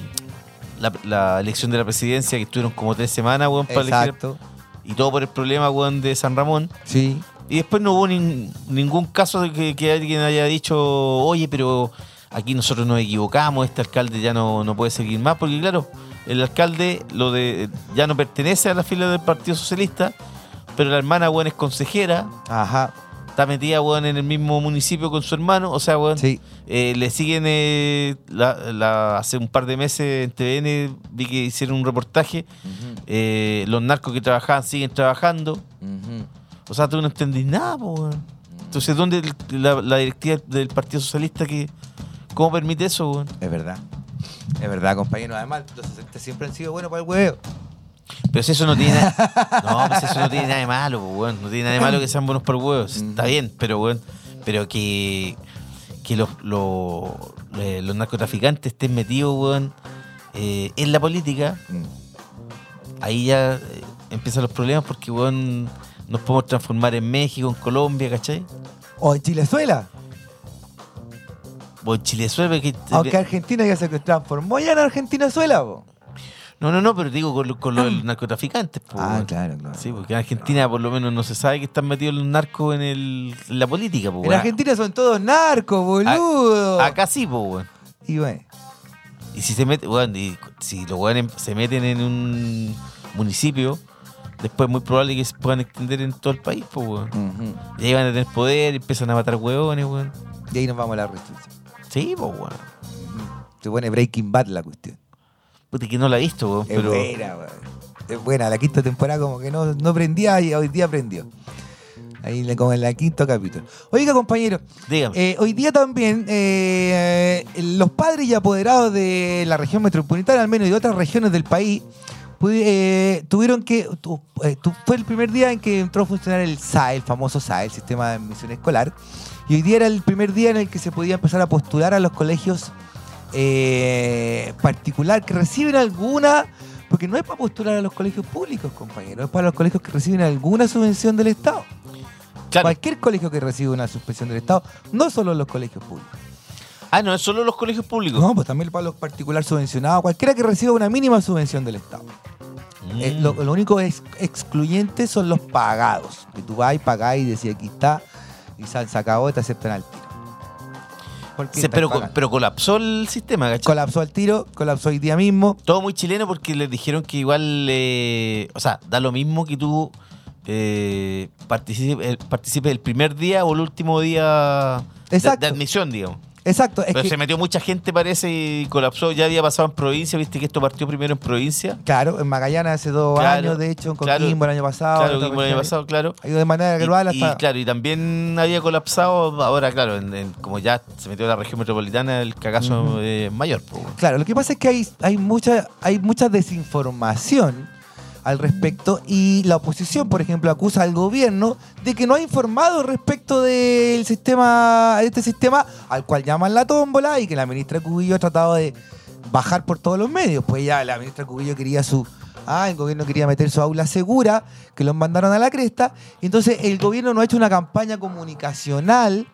la- la elección de la presidencia, que estuvieron como tres semanas, weón, para elegir. Exacto. Y todo por el problema, weón, de San Ramón. Sí. Y después no hubo nin- ningún caso de que, que alguien haya dicho, oye, pero aquí nosotros nos equivocamos, este alcalde ya no, no puede seguir más, porque claro, el alcalde lo de ya no pertenece a la fila del Partido Socialista, pero la hermana, weón, es consejera, Ajá. está metida, weón, en el mismo municipio con su hermano, o sea, weón, Sí. eh, le siguen, eh, la- la- hace un par de meses en TVN vi que hicieron un reportaje, eh, los narcos que trabajaban siguen trabajando, o sea, tú no entendís nada, po, weón. Entonces, ¿dónde el- la, la directiva del Partido Socialista que cómo permite eso, weón? Es verdad. Es verdad, compañero. Además, los 60 siempre han sido buenos para el huevo. Pero si eso no tiene nada. No, pues eso no tiene nada de malo, po, weón. No tiene nada de malo que sean buenos por huevos. Está bien, pero weón. Pero que, que los, los, eh, los narcotraficantes estén metidos, weón, eh, en la política, ahí ya eh, empiezan los problemas porque, weón, nos podemos transformar en México, en Colombia, ¿cachai? O en Chilezuela. O en Chilezuela, que Aunque Argentina ya se transformó ya en Argentinazuela. po. No, no, no, pero digo con, lo- con los narcotraficantes. po, Ah, weón. claro, claro. Sí, porque en Argentina por lo menos no se sabe que están metidos los narcos en, el, en la política. Po, En weón. Argentina son todos narcos, boludo. A- Acá sí, po, weón. Y bueno, Y si se mete, weón, y si los weones em, se meten en un municipio, después es muy probable que se puedan extender en todo el país, po, weón. Y ahí van a tener poder, empiezan a matar hueones, weón. y ahí nos vamos a la restricción. Sí, po, weón. Se pone Breaking Bad la cuestión. Puta, que no la he visto, weón. Es Pero, buena, weón. Es buena. La quinta temporada como que no, no prendía y hoy día prendió. Ahí le- como en la quinto capítulo. Oiga, compañero, dígame. eh, hoy día también eh, los padres y apoderados de la región metropolitana, al menos y de otras regiones del país, pudi- eh, tuvieron que... tu- eh, tu- fue el primer día en que entró a funcionar el SAE, el famoso SAE, el Sistema de Admisión Escolar. Y hoy día era el primer día en el que se podía empezar a postular a los colegios eh, particular que reciben alguna, porque no es para postular a los colegios públicos, compañero, es para los colegios que reciben alguna subvención del Estado. Claro. Cualquier colegio que reciba una subvención del Estado, no solo los colegios públicos. Ah, no, es solo los colegios públicos. No, pues también para los particulares subvencionados, cualquiera que reciba una mínima subvención del Estado. Mm. Eh, lo, lo único ex- excluyente son los pagados, que tú vas y pagás y decís aquí está, y se han sacado y te aceptan al tiro. Porque Se- estás pero, co- pagando. pero colapsó el sistema, ¿cachai? colapsó al tiro, colapsó hoy día mismo. Todo muy chileno porque les dijeron que igual, eh, o sea, da lo mismo que tú eh, participe- eh, participes el primer día o el último día de- de, Exacto. admisión, digamos. Exacto, es Pero que- se metió mucha gente, parece, y colapsó. Ya había pasado en provincia, viste que esto partió primero en provincia. Claro, en Magallanes hace dos Claro, años, de hecho, en claro, Coquimbo el año pasado. en claro, otras Coquimbo el año regiones. pasado, claro. Ha ido de manera gradual y, y hasta. claro, y también había colapsado, ahora claro, en- en- como ya se metió la región metropolitana, el cagazo eh, mayor. po. Claro, lo que pasa es que hay, hay, mucha, hay mucha desinformación al respecto y la oposición, por ejemplo, acusa al gobierno de que no ha informado respecto del sistema, de este sistema al cual llaman la tómbola y que la ministra Cubillo ha tratado de bajar por todos los medios. Pues ya la ministra Cubillo quería su... Ah, el gobierno quería meter su aula segura, que los mandaron a la cresta. Entonces el gobierno no ha hecho una campaña comunicacional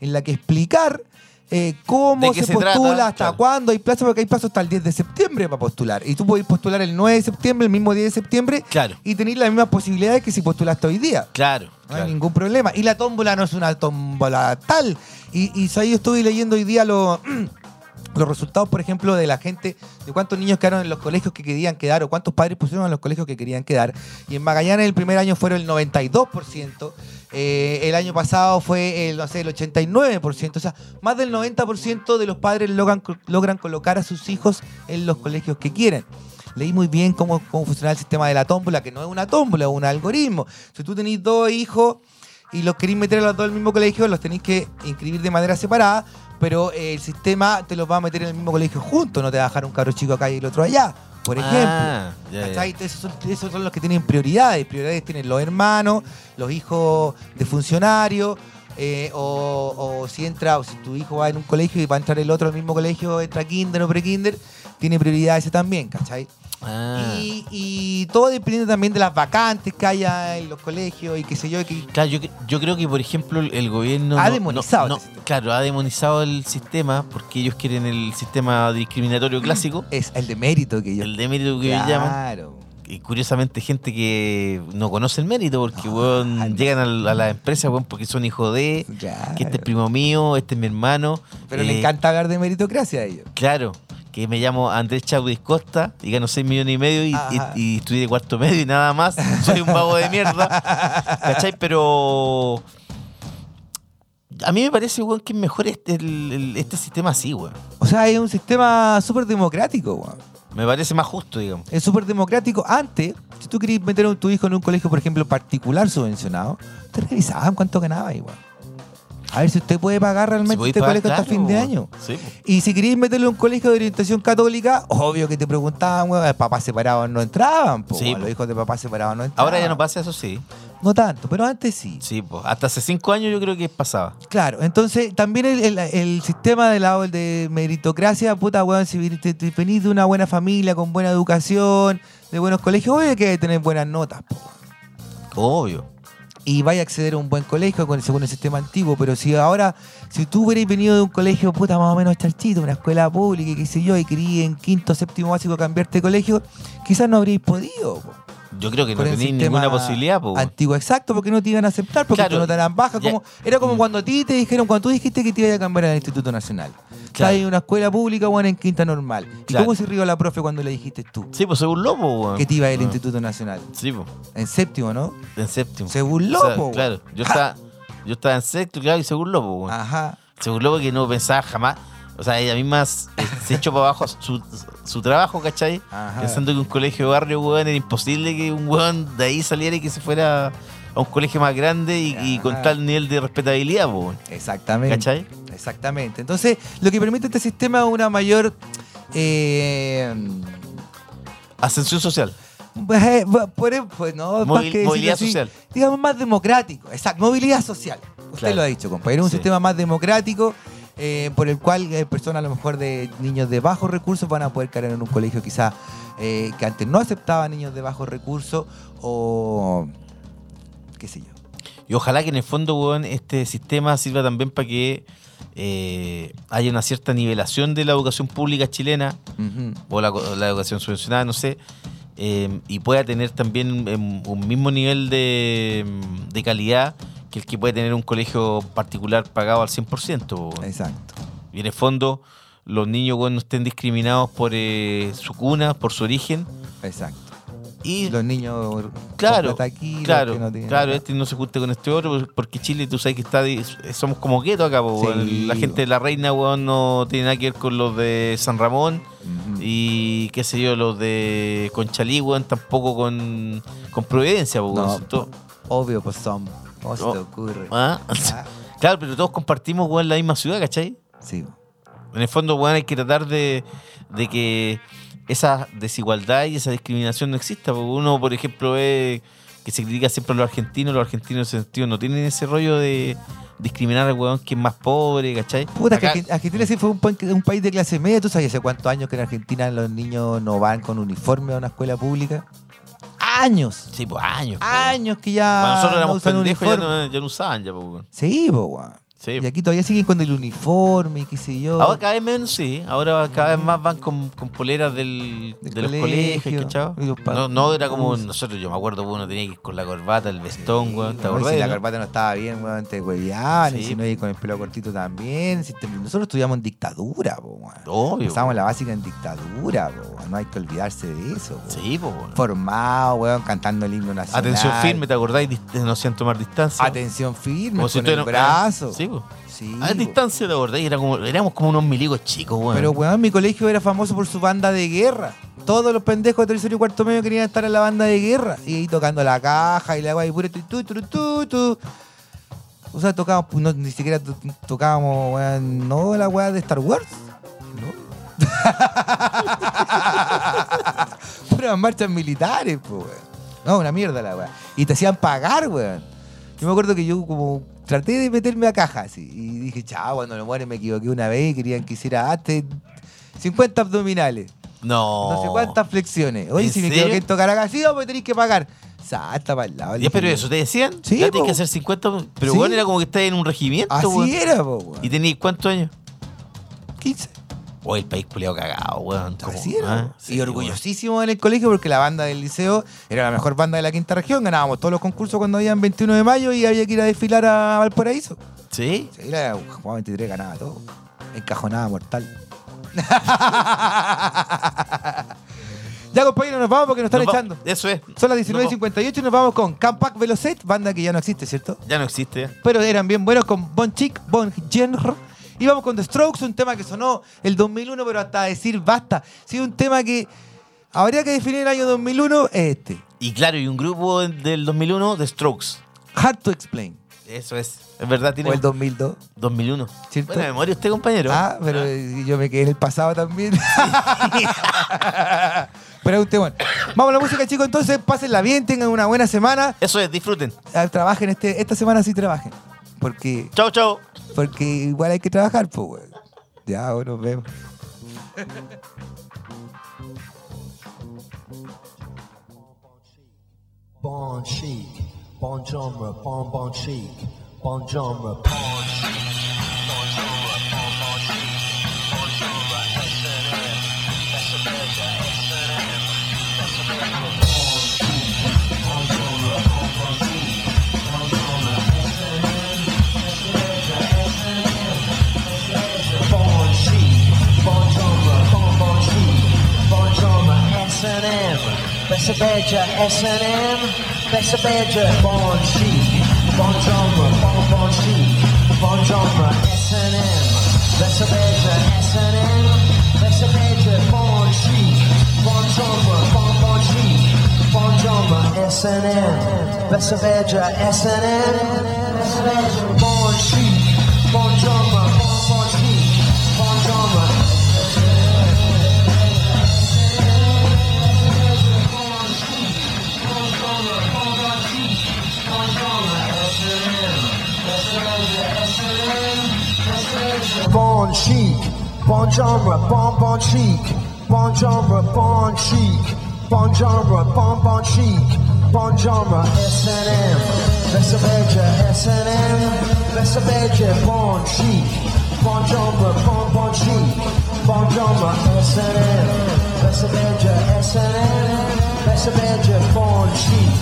en la que explicar eh, cómo ¿De qué se, se postula, trata? hasta Claro. cuándo hay plazo, porque hay plazo hasta el 10 de septiembre para postular. Y tú podés postular el 9 de septiembre, el mismo 10 de septiembre, Claro. y tener las mismas posibilidades que si postulaste hoy día. Claro, No claro. hay ningún problema. Y la tómbola no es una tómbola tal. Y, y ahí yo estuve leyendo hoy día lo- los resultados, por ejemplo, de la gente, de cuántos niños quedaron en los colegios que querían quedar o cuántos padres pusieron en los colegios que querían quedar. Y en Magallanes el primer año fueron el 92%. eh, el año pasado fue el, no sé, el 89%. O sea, más del 90% de los padres logran, logran colocar a sus hijos en los colegios que quieren. Leí muy bien cómo, cómo funciona el sistema de la tómbola, que no es una tómbola, es un algoritmo. Si tú tenés dos hijos y los querés meter a los dos al mismo colegio, los tenés que inscribir de manera separada, pero eh, el sistema te los va a meter en el mismo colegio juntos, no te va a dejar un cabro chico acá y el otro allá, por ejemplo. Ah, ya, ya. ¿Cachai? Esos son, esos son los que tienen prioridades. Prioridades tienen los hermanos, los hijos de funcionarios, eh, o, o si entra, o si tu hijo va en un colegio y va a entrar el otro al mismo colegio, entra kinder o pre-kinder, tiene prioridad ese también, ¿cachai? Ah. Y, y todo dependiendo también de las vacantes que haya en los colegios y qué sé yo. Que, Claro, yo, cre- yo creo que, por ejemplo, el- el gobierno... Ha no- demonizado no- este no- sistema. claro, ha demonizado el sistema porque ellos quieren el sistema discriminatorio clásico, es el de mérito que yo. el de mérito que ellos llaman. claro. Y curiosamente gente que no conoce el mérito porque, No, weón, no. llegan al- a, la empresa, weón, porque son hijos de... claro. Que este es primo mío, este es mi hermano. Pero eh, le encanta hablar de meritocracia a ellos. Claro, que me llamo Andrés Chávez Costa y gano 6 millones y medio y, Ajá. y- y estudié de cuarto medio y nada más. Soy un vago de mierda. ¿Cachai? Pero. A mí me parece, weón, que es mejor este, el- el- este sistema así, weón. O sea, es un sistema súper democrático, weón. Me parece más justo, digamos. Es súper democrático. Antes, si tú querías meter a tu hijo en un colegio, por ejemplo, particular subvencionado, te revisaban cuánto ganaba igual. A ver si usted puede pagar Si realmente podéis este pagar, colegio hasta claro, fin de weón. año. Sí, po. Y si querías meterle a un colegio de orientación católica, obvio que te preguntaban, weón, papás separados no entraban, po, Sí, weón, po. los hijos de papás separados no entraban. Ahora ya no pasa eso, sí. No tanto, pero antes sí. Sí, pues. Hasta hace 5 años yo creo que pasaba. Claro, entonces también el, el- el sistema de la de meritocracia, puta weón, si viniste- te- venís de una buena familia, con buena educación, de buenos colegios, obvio que tenés buenas notas, po, weón. Obvio. y vaya a acceder a un buen colegio con, según el sistema antiguo, pero si ahora, si tú hubieras venido de un colegio puta más o menos charchito, una escuela pública, y qué sé yo, y querías en quinto, séptimo básico cambiarte de colegio, quizás no habríais podido. po, Yo creo que no por el tenéis sistema ninguna posibilidad, pues. weón. Antiguo, exacto, porque no te iban a aceptar, porque Claro, tú no te eran baja. ya- Mm. Como, era como cuando a ti te dijeron, cuando tú dijiste que te ibas a cambiar al Instituto Nacional. Estás en una escuela pública, bueno, en quinta normal. ¿Y Claro. cómo se rió la profe cuando le dijiste tú? Sí, pues se burló, po, weón. Que te iba a ir al Ah. Instituto Nacional. Sí, pues. En séptimo, ¿no? En séptimo. Se burló, O sea, po, weón. Claro, yo estaba, yo estaba en sexto, claro, y se burló, po, weón. Ajá. Se burló porque no pensaba jamás. O sea, ella misma s- eh, se echó para abajo su, su trabajo, ¿cachai? Ajá. Pensando que un colegio de barrio, weón, era imposible que un weón de ahí saliera y que se fuera a un colegio más grande y, y con Ajá. tal nivel de respetabilidad, po, weón. Exactamente. ¿Cachai? Exactamente. Entonces, lo que permite este sistema es una mayor. eh, Ascensión social. eh, por- pues, no, más Movil- que decirlo movilidad así, social. Digamos, más democrático. Exacto, movilidad social. Usted Claro. lo ha dicho, compadre. Es un Sí. sistema más democrático. eh, por el cual eh, personas a lo mejor de niños de bajos recursos van a poder caer en un colegio quizás eh, que antes no aceptaba niños de bajos recursos o qué sé yo. Y ojalá que en el fondo, weón, este sistema sirva también para que eh, haya una cierta nivelación de la educación pública chilena. Ujú. o la, o la educación subvencionada, no sé, eh, y pueda tener también em, un mismo nivel de, em, de calidad que el que puede tener un colegio particular pagado al 100%. Eh. weón. Exacto. Y en el fondo, los niños weón, no estén discriminados por eh, su cuna, por su origen, Exacto. y Los niños Claro, con plata aquí, los claro, que no tienen claro, acá. este no se junte con este otro, por- porque Chile, tú sabes que está di- somos como gueto acá, po, Sí, weón. la weón. gente de la reina weón, no tiene nada que ver con los de San Ramón, Ujú. Y qué sé yo, los de Conchalí, weón, tampoco con, con Providencia, po, weón. No. Son todos- Obvio, pues son. ¿Cómo se Oh. te ocurre? ¿Ah? Ah, Claro, pero todos compartimos, weón, la misma ciudad, ¿cachai? sí. En el fondo, weón, hay que tratar de, de que esa desigualdad y esa discriminación no exista. Porque uno, por ejemplo, ve que se critica siempre a los argentinos, los argentinos en ese sentido no tienen ese rollo de discriminar al weón que es más pobre, ¿cachai? Puta, que Acá- Argen- Argentina sí fue un, pan- un país de clase media. ¿Tú sabes hace cuántos años que en Argentina los niños no van con uniforme a una escuela pública? Años. Sí, pues años. po, weón. Años que ya. Cuando nosotros no éramos usan pendejos, ya uniforme. no, ya no usaban, ya, po, weón. Sí, po, weón. Sí. Y aquí todavía siguen con el uniforme y qué sé yo. Ahora cada vez menos, sí. Ahora cada vez más van con, con poleras del, Del de los colegio, colegios, ¿cachai? y los pa- No, no era como Sí. nosotros, yo me acuerdo, pues, uno tenía que ir con la corbata, el vestón, weón. ¿Te No, y acordás, si la no? carpata no estaba bien, weón, te hueveaban. Y Sí. si no, y con el pelo cortito también. Si te- nosotros estudiamos en dictadura, po, weón. Obvio. Pasamos la básica en dictadura, po, weón. no hay que olvidarse de eso. po. Sí, pues, weón. Formado, weón, cantando el himno nacional. Atención firme, ¿te acordás? Dist- No hacían tomar distancia. Atención firme, Como si con usted el no- ¿eh? brazo. Sí, pues. Sí, A po. distancia, ¿te acordás? Era como, éramos como unos miligos chicos, weón. Pero, weón, mi colegio era famoso por su banda de guerra. Todos los pendejos de tercero y cuarto medio querían estar en la banda de guerra. Y ahí tocando la caja y la guay, puro tu, tu, tu, tu, tu. O sea, tocábamos, pues, no, ni siquiera to- tocábamos, weón, no la weá de Star Wars. No. Puras marchas militares, pues, weón. No, una mierda la weá. Y te hacían pagar, weón. Yo me acuerdo que yo como traté de meterme a caja así. Y dije, chao, cuando lo muere me equivoqué una vez y querían que hiciera hasta 50 ah, este, abdominales. No. No sé cuántas flexiones. Oye, Oh. ¿En si me serio? equivoqué en tocar acá, sí, vos me tenés que pagar. Salta para el lado. Ya, pero eso, ¿te decían? Sí, Ya tenés po. que hacer 50. Pero Sí. bueno, era como que estás en un regimiento, Así weón. era, po, weón. ¿Y tenías cuántos años? 15. Oye, el país culiao cagado, weón. Como, Así era, ah, po. sí, y weón. orgullosísimo en el colegio porque la banda del liceo era la mejor banda de la quinta región. Ganábamos todos los concursos cuando habían 21 de mayo y había que ir a desfilar a Valparaíso. ¿Sí? Sí, la jugaba 23, ganaba todo. Encajonada mortal. ya, compañeros, nos vamos porque nos están Nos va- echando. Eso es. Son las Nos va- 19.58 y nos vamos con Campac Velocet, banda que ya no existe, ¿cierto? Ya no existe. Pero eran bien buenos con Bon Chic, Bon Genre. Y vamos con The Strokes, un tema que sonó el 2001, pero hasta decir basta. Sí, un tema que habría que definir el año 2001, es este. Y claro, y un grupo del 2001 de Strokes. Hard to Explain. Eso es. Es verdad, tiene O el 2002. 2001. ¿Cierto? Buena memoria usted, compañero. ah, pero eh, yo me quedé en el pasado también. pero es un tema. Vamos a la música, chicos. Entonces, pásenla bien, tengan una buena semana. Eso es, disfruten. Ah, Trabajen este, esta semana sí trabajen. Porque Chau, chau. Porque igual hay que trabajar, pues, weón. Ya, bueno, nos vemos. Bon chic, bon genre, bon bon chic, bon genre, bon chic. Bon chic, bon genre, bon bon chic, bon genre, S&M, Bessa Badger, S&M, Bessa Badger. Bon chic, bon genre, bon bon chic, bon genre, S&M, Bessa Badger, S&M, Bessa Badger. Bon chic, bon genre, bon bon chic, bon genre, S&M, Bessa Badger, S&M, Bessa Badger. Bon chic, bon genre, bon bon chic, bon genre. Bon chic, bon genre, bon bon chic, bon genre, bon chic, bon genre, bon bon chic, bon genre, S&M, Bessa Badger, S&M, Bessa Badger, bon chic, bon genre, bon bon chic, bon genre, S&M, Bessa Badger, S&M, Bessa Badger, bon chic,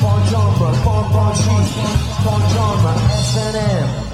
bon genre, bon bon chic, bon genre, S&M. Oh,